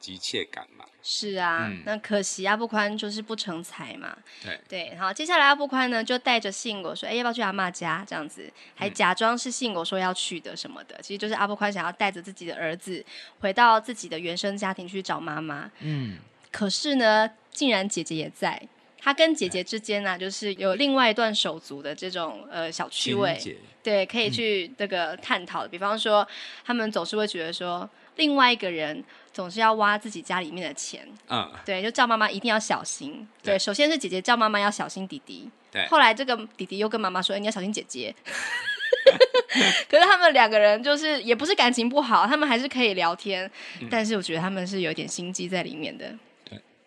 急切感嘛。是啊，嗯那可惜阿布宽就是不成才嘛。对对，好，接下来阿布宽呢就带着信果说，哎，要不要去阿嬷家？这样子，还嗯假装是信果说要去的什么的，其实就是阿布宽想要带着自己的儿子回到自己的原生家庭去找妈妈。嗯，可是呢，竟然姐姐也在。他跟姐姐之间呢、啊就是有另外一段手足的这种呃小趣情味，节，对，可以嗯去那个探讨的。比方说，他们总是会觉得说，另外一个人总是要挖自己家里面的钱，嗯，对，就叫妈妈一定要小心。对，对首先是姐姐叫妈妈要小心弟弟，对后来这个弟弟又跟妈妈说、哎你要小心姐姐。可是他们两个人就是也不是感情不好，他们还是可以聊天，嗯但是我觉得他们是有一点心机在里面的。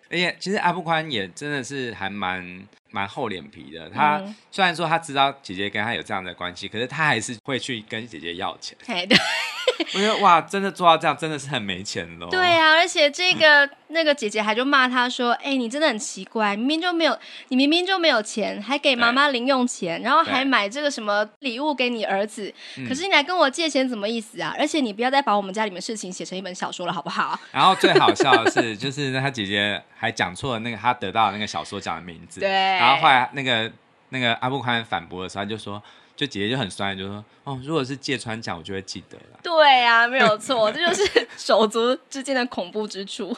而且其实阿布宽也真的是还蛮蛮厚脸皮的。他、嗯虽然说他知道姐姐跟他有这样的关系，可是他还是会去跟姐姐要 <laughs> 钱。哎，对我觉得哇，真的做到这样真的是很没钱喽。对啊，而且这 <laughs> 个那个姐姐还就骂他说：“哎、你真的很奇怪，明明就没有，你明明就没有钱，还给妈妈零用钱，然后还对嗯买这个什么礼物给你儿子，可是你来跟我借钱什么意思啊？而且你不要再把我们家里面事情写成一本小说了，好不好？然后最好笑的是，就是他姐姐还讲错了那个他得到的那个小说奖的名字。对然后后来那个那个阿布宽反驳的时候，他就说，就姐姐就很酸，就说，哦，如果是芥川奖，我就会记得了。对啊，没有错，这就是 <laughs> 手足之间的恐怖之处。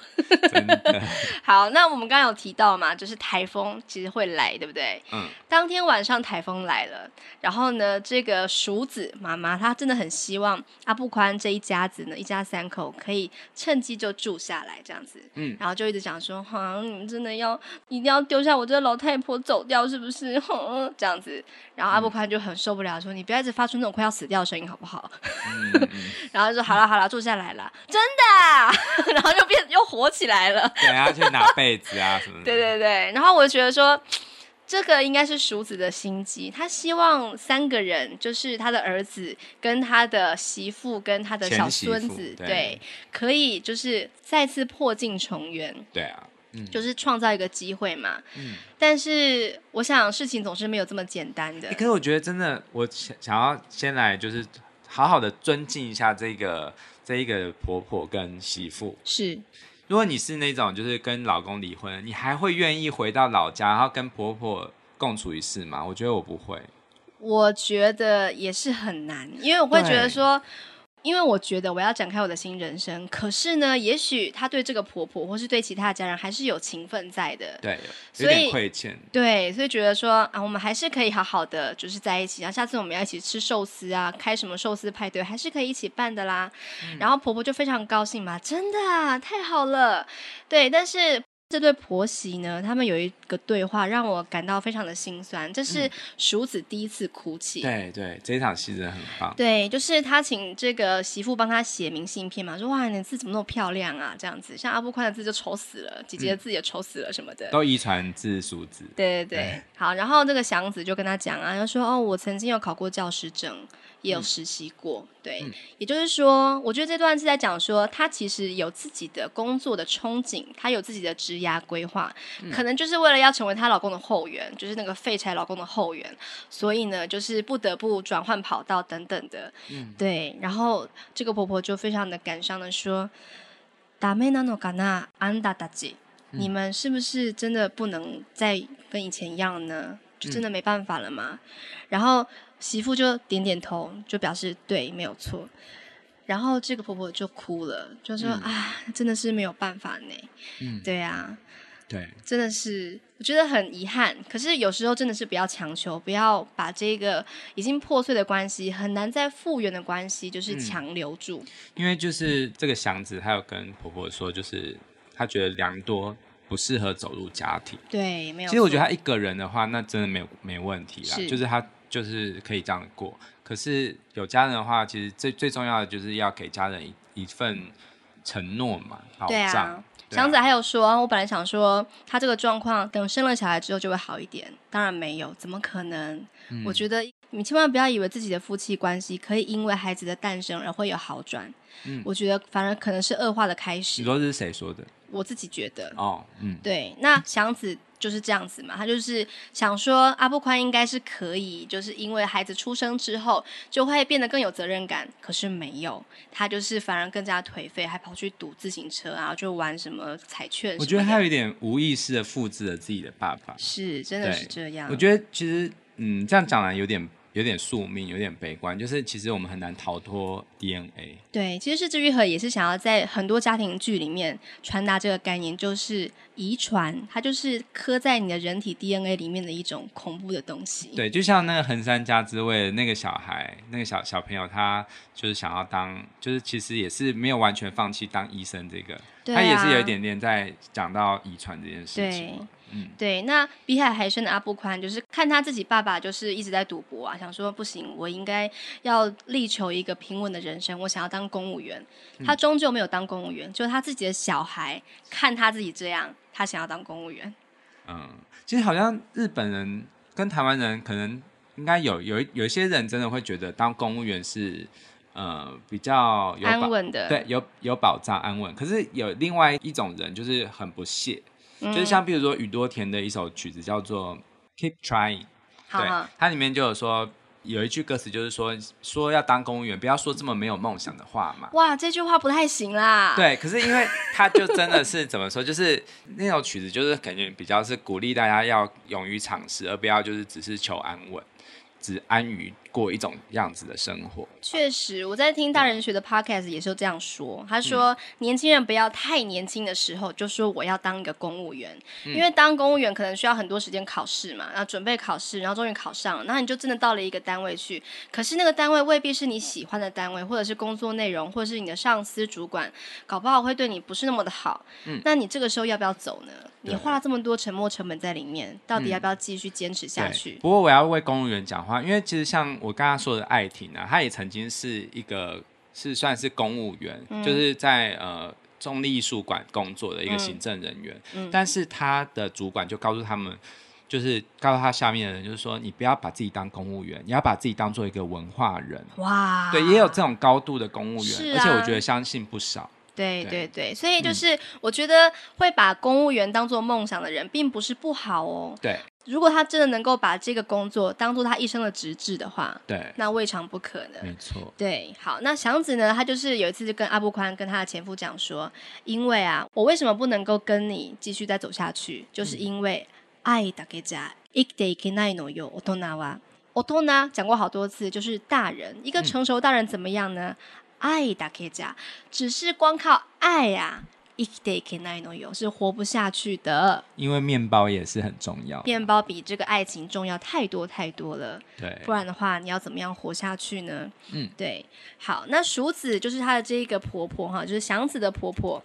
真的， <laughs> 好，那我们刚刚有提到嘛，就是台风其实会来，对不对？嗯，当天晚上台风来了，然后呢，这个鼠子妈妈她真的很希望阿布宽这一家子呢，一家三口可以趁机就住下来这样子，嗯然后就一直讲说，哈、你们真的要一定要丢下我这个老太婆走掉是不是？哼、这样子，然后阿布宽就很受不了，说你不要一直发出那种快要死掉的声音好不好？嗯嗯，然后就说好了好了，坐下来啦，真的啊， <laughs> 然后就变又火起来了。对，然后去拿被子啊什么的。对对对，然后我觉得说，这个应该是叔子的心机，他希望三个人，就是他的儿子、跟他的媳妇、跟他的小前媳妇孙子，对可以就是再次破镜重圆，对啊，嗯，就是创造一个机会嘛。嗯但是我想事情总是没有这么简单的欸。可是我觉得真的，我想想要先来就是好好的尊敬一下这个这一个婆婆跟媳妇。是，如果你是那种就是跟老公离婚，你还会愿意回到老家，然后跟婆婆共处一室吗？我觉得我不会。我觉得也是很难，因为我会觉得对说，因为我觉得我要展开我的新人生，可是呢，也许她对这个婆婆或是对其他的家人还是有情分在的，对，有所以点亏欠。对，所以觉得说啊，我们还是可以好好的就是在一起，然后下次我们要一起吃寿司啊，开什么寿司派对，还是可以一起办的啦。然后婆婆就非常高兴嘛，真的啊，太好了，对，但是。这对婆媳呢，他们有一个对话让我感到非常的心酸，这是鼠子第一次哭泣。对对，这一场戏真的很棒。对，就是他请这个媳妇帮他写明信片嘛，说哇，你的字怎么那么漂亮啊？这样子，像阿布宽的字就丑死了，姐姐的字也丑死了什么的。都遗传自叔子，对对对对，好，然后这个祥子就跟他讲啊，他说哦，我曾经有考过教师证，也有实习过，对，也就是说，我觉得这段是在讲说，他其实有自己的工作的憧憬，他有自己的职涯规划，可能就是为了要成为她老公的后援，就是那个废柴老公的后援，所以呢，就是不得不转换跑道等等的，对，然后这个婆婆就非常的感伤的说，ダメなのかな、あんたたち。嗯你们是不是真的不能再跟以前一样呢？就嗯真的没办法了吗？然后媳妇就点点头，就表示对，没有错。然后这个婆婆就哭了，就说：“啊、真的是没有办法呢。嗯对啊，对，真的是，我觉得很遗憾。可是有时候真的是不要强求，不要把这个已经破碎的关系、很难再复原的关系，就是嗯强留住。因为就是这个祥子，她有跟婆婆说，就是她觉得良多不适合走入家庭。对，没有错。其实我觉得她一个人的话，那真的没有没问题啦，是就是她就是可以这样过。可是有家人的话，其实最最重要的就是要给家人一一份承诺嘛，保对障啊。，对啊祥仔还有说，我本来想说他这个状况等生了小孩之后就会好一点，当然没有，怎么可能？嗯我觉得你千万不要以为自己的夫妻关系可以因为孩子的诞生而会有好转，嗯我觉得反而可能是恶化的开你始。说是谁说的？我自己觉得，哦，嗯，对，那祥子就是这样子嘛，他就是想说阿布宽应该是可以，就是因为孩子出生之后就会变得更有责任感，可是没有，他就是反而更加颓废，还跑去赌自行车啊，就玩什么彩券什么的。我觉得她有一点无意识的复制了自己的爸爸。是啊真的对是这样，我觉得其实，嗯，这样讲来有点有点宿命，有点悲观，就是其实我们很难逃脱 DNA。对，其实是志愈合也是想要在很多家庭剧里面传达这个概念，就是遗传，它就是刻在你的人体 DNA 里面的一种恐怖的东西。对，就像那个横山家之味那个小孩，那个小小朋友，他就是想要当，就是其实也是没有完全放弃当医生这个，对他也啊是有一点点在讲到遗传这件事情嘛。嗯，对，那比海还深的阿布宽，就是看他自己爸爸就是一直在赌博啊，想说不行，我应该要力求一个平稳的人生，我想要当公务员。嗯他终究没有当公务员，就是他自己的小孩看他自己这样，他想要当公务员。嗯，其实好像日本人跟台湾人可能应该有有一有一些人真的会觉得当公务员是呃比较有安保稳的，对，有有保障安稳。可是有另外一种人，就是很不屑，嗯，就是像比如说宇多田的一首曲子叫做《Keep Trying》，好对好，它里面就有说有一句歌词就是说说要当公务员，不要说这么没有梦想的话嘛。哇，这句话不太行啦。对，可是因为他就真的是怎么说，就是那首曲子，就是感觉比较是鼓励大家要勇于尝试，而不要就是只是求安稳，只安于过一种样子的生活。确实，我在听大人学的 podcast 也是这样说。嗯他说，年轻人不要太年轻的时候就说我要当一个公务员，嗯因为当公务员可能需要很多时间考试嘛，然后准备考试，然后终于考上了，然后你就真的到了一个单位去。可是那个单位未必是你喜欢的单位，或者是工作内容，或者是你的上司主管，搞不好会对你不是那么的好。嗯那你这个时候要不要走呢？你花了这么多沉没成本在里面，到底要不要继续坚持下嗯对去？不过我要为公务员讲话，因为其实像我刚刚说的艾婷啊，她也曾经是一个是算是公务员，嗯就是在呃中立艺术馆工作的一个行政人员，嗯但是她的主管就告诉他们。就是告诉他下面的人，就是说你不要把自己当公务员，你要把自己当做一个文化人。哇，对，也有这种高度的公啊务员，是而且啊我觉得相信不少。对对对对，所以就是我觉得会把公务员当做梦想的人，并不是不好哦。对如果他真的能够把这个工作当做他一生的职志的话，对，那未尝不可呢。没错。对，好，那祥子呢？他就是有一次就跟阿布宽跟他的前夫讲说，因为啊，我为什么不能够跟你继续再走下去，就是因为爱だけじゃ生きていけないのよ、大人は。大人讲过好多次，就是大人，一个成熟大人怎么样呢？爱だけじゃ，只是光靠爱啊。生きていけないのよ是活不下去的，因为面包也是很重要。面包比这个爱情重要太多太多了。对不然的话，你要怎么样活下去呢？嗯，对。好，那鼠子就是她的这一个婆婆哈，就是祥子的婆婆。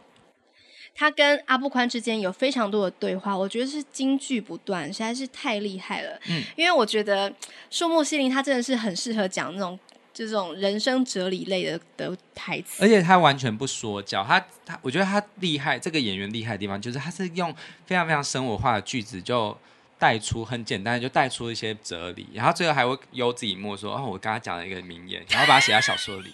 她跟阿布宽之间有非常多的对话，我觉得是金句不断，实在是太厉害了。嗯，因为我觉得树木希林她真的是很适合讲那种这种人生哲理类的的台词。而且他完全不说教，他他我觉得他厉害，这个演员厉害的地方就是他是用非常非常生活化的句子就带出很简单的就带出一些哲理，然后最后还会悠自己默说哦，我刚刚讲了一个名言，然后把它写在小说里，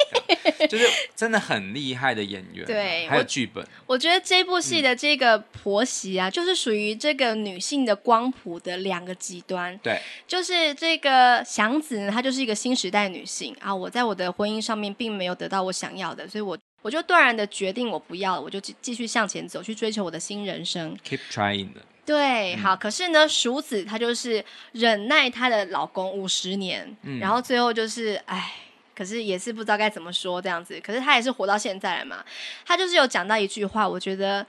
这样就是真的很厉害的演员啊，对还有我剧本，我觉得这部嗯戏的这个婆媳啊，就是属于这个女性的光谱的两个极端。对就是这个祥子呢，她就是一个新时代女性啊。我在我的婚姻上面并没有得到我想要的，所以我我就断然的决定我不要了，我就继继续向前走，去追求我的新人生。 ，keep trying 的，对，好，可是呢，鼠子她就是忍耐她的老公五十年，然后最后就是唉。可是也是不知道该怎么说这样子，可是她也是活到现在了嘛。她就是有讲到一句话，我觉得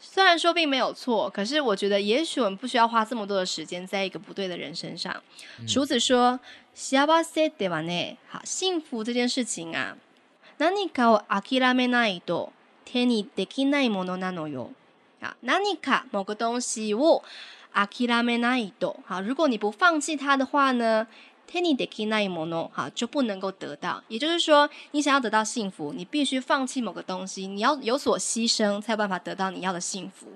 虽然说并没有错，可是我觉得也许我们不需要花这么多的时间在一个不对的人身上。鼠、子说：“幸せではね，好，幸福这件事情啊，何かを諦めないと手にできないものなのよ。”啊，何か某个东西を諦めないと，好，如果你不放弃它的话呢，手にできないもの，好，就不能够得到。也就是说，你想要得到幸福，你必须放弃某个东西，你要有所牺牲，才有办法得到你要的幸福。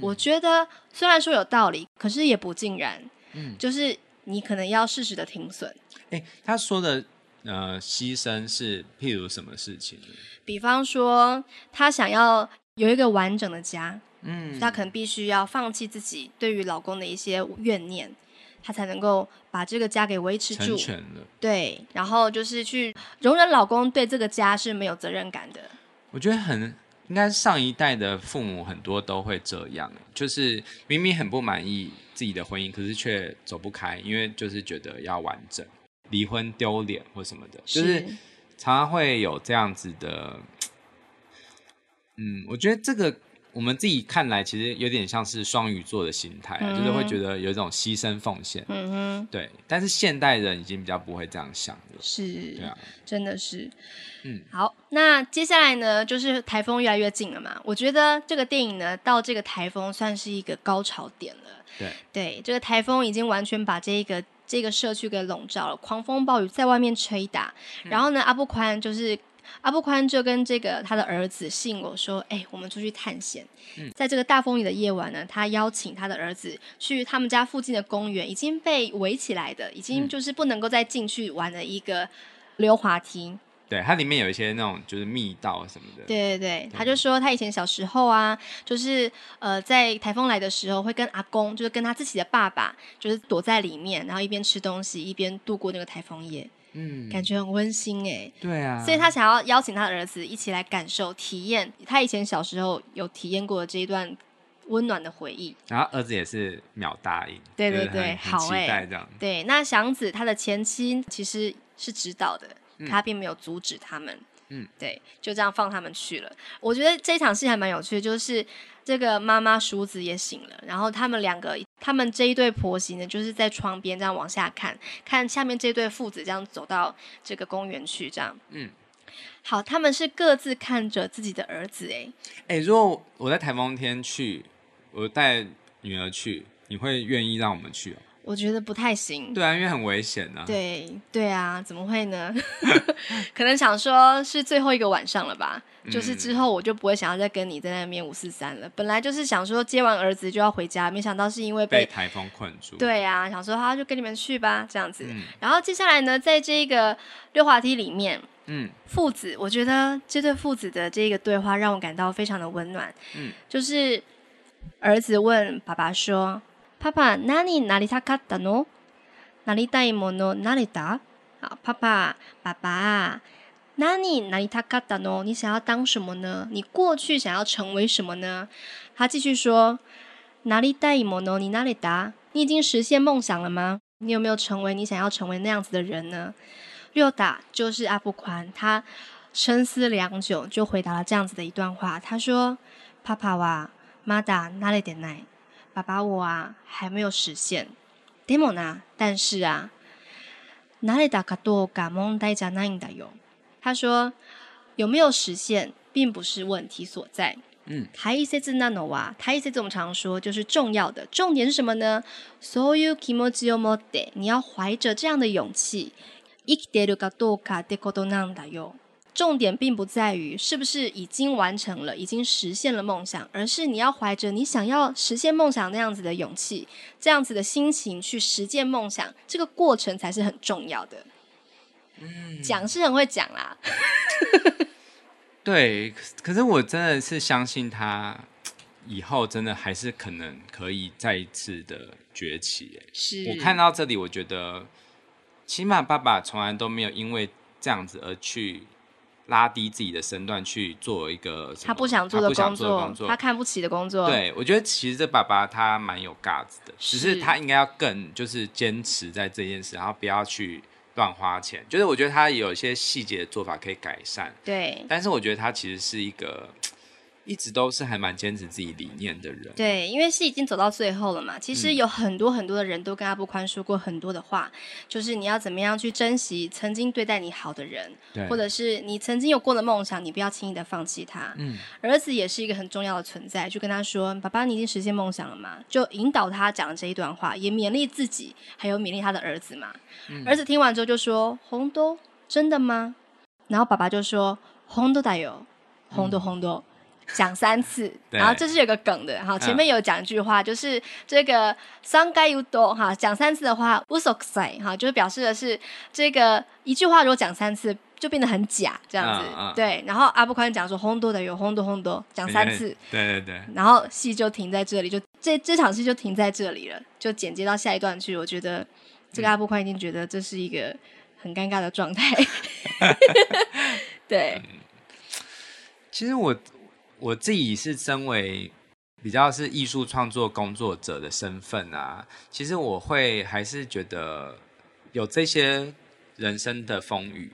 我觉得虽然说有道理，可是也不尽然。嗯就是你可能要适时的停损。哎，他说的呃牺牲是譬如什么事情呢？比方说，她想要有一个完整的家，嗯，她可能必须要放弃自己对于老公的一些怨念，她才能够把这个家给维持成住。全了。对，然后就是去容忍老公对这个家是没有责任感的。我觉得很应该上一代的父母很多都会这样，就是明明很不满意自己的婚姻，可是却走不开，因为就是觉得要完整，离婚丢脸或什么的，就是常常会有这样子的。嗯，我觉得这个我们自己看来其实有点像是双鱼座的心态、啊，就是会觉嗯得有一种牺牲奉献。嗯哼，对，但是现代人已经比较不会这样想了。是，对啊，真的是，嗯，好，那接下来呢，就是台风越来越近了嘛，我觉得这个电影呢，到这个台风算是一个高潮点了。对，对，这个台风已经完全把这一个这个社区给笼罩了，狂风暴雨在外面吹打。嗯然后呢，阿布宽就是阿布宽就跟这个他的儿子信我说：“哎、我们出去探险。嗯在这个大风雨的夜晚呢，他邀请他的儿子去他们家附近的公园，已经被围起来的，已嗯经就是不能够再进去玩的一个溜滑梯。对，它里面有一些那种就是密道什么的。对对对，他嗯就说他以前小时候啊，就是呃，在台风来的时候，会跟阿公，就是跟他自己的爸爸，就是躲在里面，然后一边吃东西，一边度过那个台风夜，嗯，感觉很温馨哎、对啊。所以他想要邀请他的儿子一起来感受、体验他以前小时候有体验过的这一段温暖的回忆。然后儿子也是秒答应，对对就是很对很好期欸待这样。对，那祥子他的前妻其实是知道的，他并没有阻止他们。嗯，对，就这样放他们去了。我觉得这场戏还蛮有趣的，就是这个妈妈淑子也醒了，然后他们两个，他们这一对婆媳呢，就是在窗边这样往下看，看下面这对父子这样走到这个公园去，这样。嗯，好，他们是各自看着自己的儿子，哎，哎、如果我在台风天去，我带女儿去，你会愿意让我们去、哦？我觉得不太行。对啊，因为很危险啊。对对啊，怎么会 <laughs> 呢？可能想说是最后一个晚上了吧，就是嗯之后我就不会想要再跟你在那边五四三了。本来就是想说接完儿子就要回家，没想到是因为被被台风困住。，对啊，想说好就跟你们去吧这样子。嗯然后接下来呢，在这个溜滑梯里面，嗯，父子，我觉得这对父子的这个对话让我感到非常的温暖。嗯，就是儿子问爸爸说：“パパ、何になりたかったの？なりたいものなれた？”好，爸爸，爸爸，何になりたかったの？你想要当什么呢？你过去想要成为什么呢？他继续说：“なりたいものになれた？你已经实现梦想了吗？你有没有成为你想要成为那样子的人呢？”六打就是阿布宽，他深思良久，就回答了这样子的一段话。他说：“爸爸哇，妈达那了点奶，爸爸我啊还没有实现，demo 呢？但是啊，哪里打卡多嘎蒙呆加那应的哟。”他说：“有没有实现，并不是问题所在。”嗯，台一些字那诺哇，台一些字我们常说就是重要的，重点是什么呢？所有 kimoji o m o d e 你要怀着这样的勇气，生きてるかどうかってことなんだよ。重点并不在于是不是已经完成了，已经实现了梦想，而是你要怀着你想要实现梦想那样子的勇气，这样子的心情去实践梦想，这个过程才是很重要的。讲是很会讲啦，对。可是可是我真的是相信他，以后真的还是可能可以再一次的崛起、欸。是我看到这里，我觉得起码爸爸从来都没有因为这样子而去拉低自己的身段去做一个什么他不想做的他不工想做作，的工作，他看不起的工作，对，我觉得其实这爸爸他蛮有 guts 的，只是是他应该要更就是坚持在这件事，然后不要去乱花钱。就是我觉得他有一些细节的做法可以改善，对但是我觉得他其实是一个一直都是还蛮坚持自己理念的人。对，因为是已经走到最后了嘛。其实有很多很多的人都跟阿布宽说过很多的话，就是你要怎么样去珍惜曾经对待你好的人，对或者是你曾经有过的梦想，你不要轻易的放弃它。嗯，儿子也是一个很重要的存在，就跟他说：“爸爸，你已经实现梦想了嘛？”就引导他讲了这一段话，也勉励自己，还有勉励他的儿子嘛。嗯儿子听完之后就说：“红豆，真的吗？”然后爸爸就说：“红豆大有，红豆红豆。讲三次，嗯对嗯然后这是有个梗的，哈，前面有讲一句话，就是这个“三该有多”哈，讲三次的话，无所塞哈，就是表示的是这个一句话如果讲三次就变得很假这样子，嗯嗯对。然后阿布宽讲说“轰多的有轰多轰多”，讲三次，对对对，然后戏就停在这里，就这这场戏就停在这里了，就剪接到下一段去。我觉得这个阿布宽一定觉得这是一个很尴尬的状 <laughs> 态，对，其实我我自己是身为比较是艺术创作工作者的身份啊，其实我会还是觉得有这些人生的风雨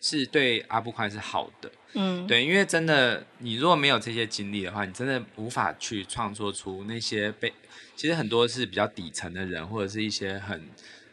是对阿布宽是好的，嗯，对，因为真的你如果没有这些经历的话，你真的无法去创作出那些被其实很多是比较底层的人，或者是一些很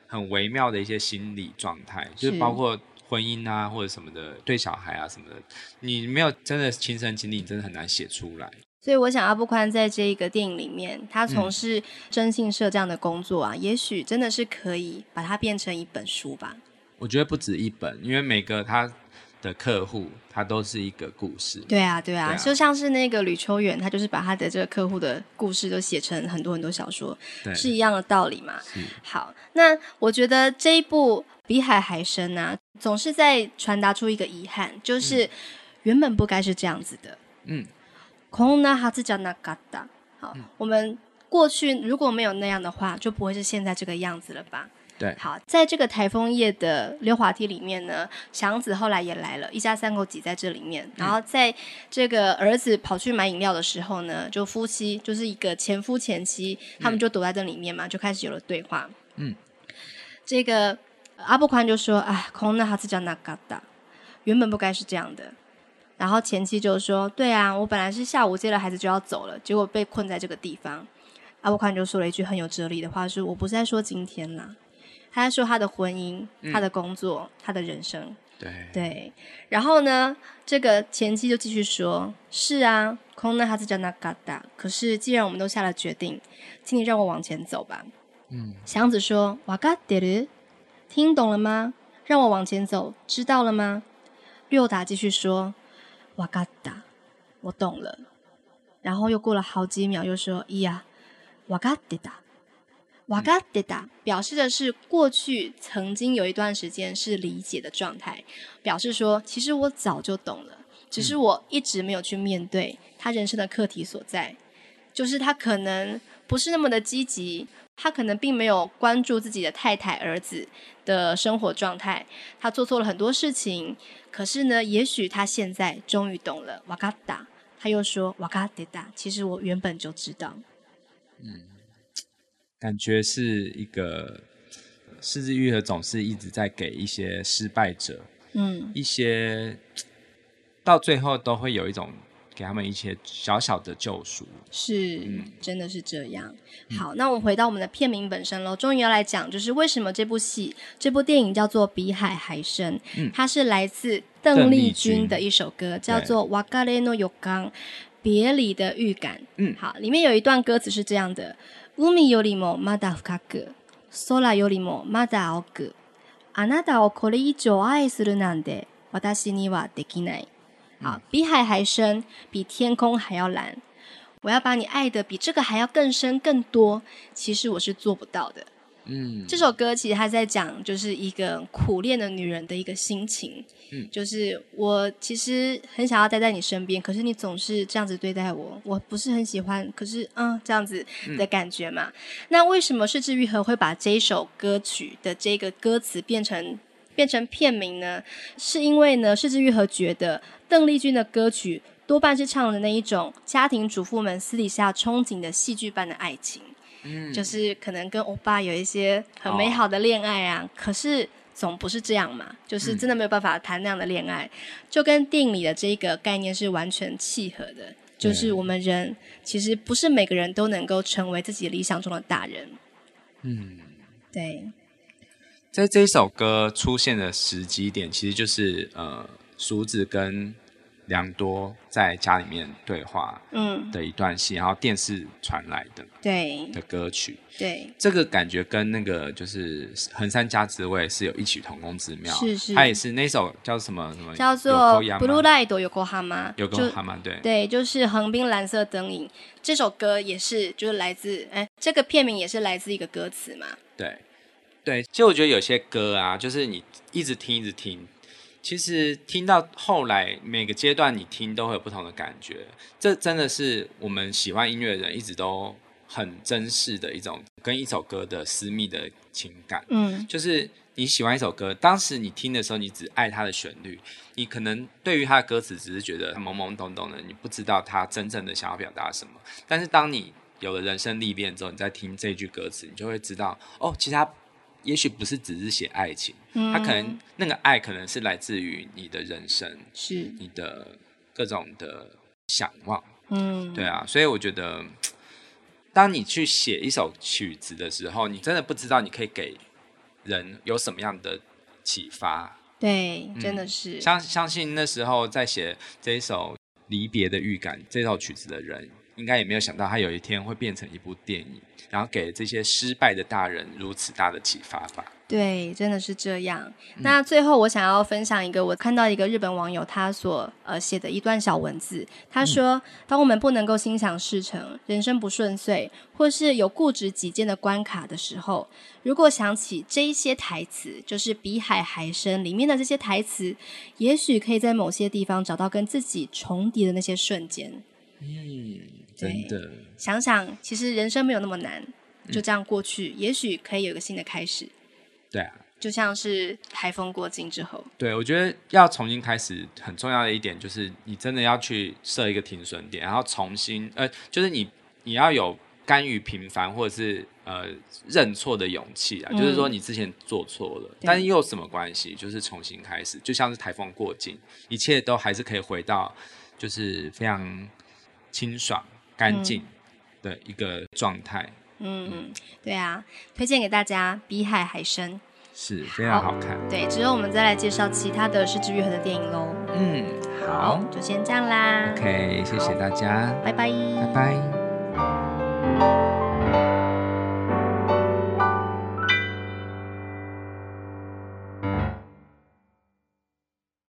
很微妙的一些心理状态，就是是包括婚姻啊或者什么的，对小孩啊什么的，你没有真的亲身经历，你真的很难写出来。所以我想，阿布宽在这个电影里面，他从嗯事征信社这样的工作啊，也许真的是可以把它变成一本书吧。我觉得不止一本，因为每个他的客户，他都是一个故事。对啊，对啊，对啊就像是那个吕秋远，他就是把他的这个客户的故事都写成很多很多小说，对，是一样的道理嘛。是好，那我觉得这一部《比海还深》呢，总是在传达出一个遗憾，就是原本不该是这样子的。嗯，こんなはずじゃなかった。好，我们过去如果没有那样的话，就不会是现在这个样子了吧？对好，在这个台风夜的溜滑梯里面呢，祥子后来也来了，一家三口挤在这里面。嗯然后在这个儿子跑去买饮料的时候呢，就夫妻就是一个前夫前妻，他们就躲在这里面嘛，就开始有了对话。嗯，这个呃阿布宽就说：“哎，空那哈斯加那嘎达，原本不该是这样的。”然后前妻就说：“对啊，我本来是下午接了孩子就要走了，结果被困在这个地方。”阿布宽就说了一句很有哲理的话：“是我不是在说今天啦，他在说他的婚姻、他的工作、他的人生。”对，对，然后呢，这个前妻就继续说：“是啊，空那哈斯加那嘎达。可是既然我们都下了决定，请你让我往前走吧。”嗯，祥子说：“瓦嘎得る，听懂了吗？让我往前走，知道了吗？”六达继续说：“瓦嘎达，我懂了。”然后又过了好几秒，又说：“咿呀，瓦嘎得达。”瓦嘎得达表示的是过去曾经有一段时间是理解的状态，表示说，其实我早就懂了，只是我一直没有去面对他人生的课题所在，就是他可能不是那么的积极，他可能并没有关注自己的太太、儿子的生活状态，他做错了很多事情，可是呢，也许他现在终于懂了。瓦嘎达，他又说瓦嘎迪达，其实我原本就知道。感觉是一个失之愈合，总是一直在给一些失败者嗯一些，到最后都会有一种给他们一些小小的救赎。是，嗯真的是这样。好，那我们回到我们的片名本身喽，终于要来讲，就是为什么这部戏、这部电影叫做《比海还深》，它是来自邓嗯邓丽丽君君的一首歌，叫做《瓦嘎雷诺有刚》，别离的预感。嗯好，里面有一段歌词是这样的：海よりもまだ深く、空よりもまだ青く、あなたをこれ以上愛するなんて私にはできない。好，比海还深，比天空还要蓝。我要把你爱的比这个还要更深更多，其实我是做不到的。嗯，这首歌其实他在讲就是一个苦恋的女人的一个心情，嗯就是我其实很想要待在你身边，可是你总是这样子对待我，我不是很喜欢，可是嗯这样子的感觉嘛。那为什么是治愈和会把这一首歌曲的这个歌词变成？变成片名呢，是因为呢，是之愈和觉得邓丽君的歌曲多半是唱的那一种家庭主妇们私底下憧憬的戏剧般的爱情。嗯就是可能跟欧巴有一些很美好的恋爱啊，可是总不是这样嘛，就是真的没有办法谈那样的恋爱，就跟电影里的这个概念是完全契合的。嗯就是我们人其实不是每个人都能够成为自己理想中的大人。嗯，对，在这一首歌出现的时机点，其实就是呃，淑子跟良多在家里面对话嗯，的一段戏，然后电视传来的对的歌曲。对，这个感觉跟那个就是横山家之味是有异曲同工之妙，是是它也是那首叫什么什么叫做有 Blue Light Yokohama，有就跟蛤蟆对，对，就是横滨蓝色灯影这首歌也是，就是来自哎，这个片名也是来自一个歌词嘛。对，对，其实我觉得有些歌啊，就是你一直听一直听，其实听到后来每个阶段你听都会有不同的感觉。这真的是我们喜欢音乐的人一直都很珍视的一种跟一首歌的私密的情感。嗯，就是你喜欢一首歌，当时你听的时候，你只爱它的旋律，你可能对于它的歌词只是觉得懵懵懂懂的，你不知道它真正的想要表达什么。但是当你有了人生历练之后，你再听这句歌词，你就会知道，哦，其实它也许不是只是写爱情，嗯它可能那个爱可能是来自于你的人生，是，你的各种的向往。嗯，对啊，所以我觉得，当你去写一首曲子的时候，你真的不知道你可以给人有什么样的启发。对，嗯真的是，相相信那时候在写这一首《离别的预感》这首曲子的人，应该也没有想到他有一天会变成一部电影，然后给这些失败的大人如此大的启发吧。对，真的是这样。嗯那最后我想要分享一个，我看到一个日本网友他所呃写的一段小文字，嗯他说：“当我们不能够心想事成、人生不顺遂，或是有固执己见的关卡的时候，如果想起这一些台词，就是《比海还深》里面的这些台词，也许可以在某些地方找到跟自己重叠的那些瞬间。”嗯，对真的，嗯想想，其实人生没有那么难，就这样过去，也许可以有个新的开始。对啊，就像是台风过境之后，对，我觉得要重新开始很重要的一点就是，你真的要去设一个停损点，然后重新呃，就是你你要有甘于平凡或者是呃认错的勇气啊，就是说你之前做错了，但又有什么关系？就是重新开始，就像是台风过境，一切都还是可以回到就是非常清爽干净的一个状态，嗯，对啊，推荐给大家《比海还深是非常好看》。。对，之后我们再来介绍其他的是治愈和的电影喽。嗯，好就先这样啦，OK，谢谢大家，拜拜。拜拜。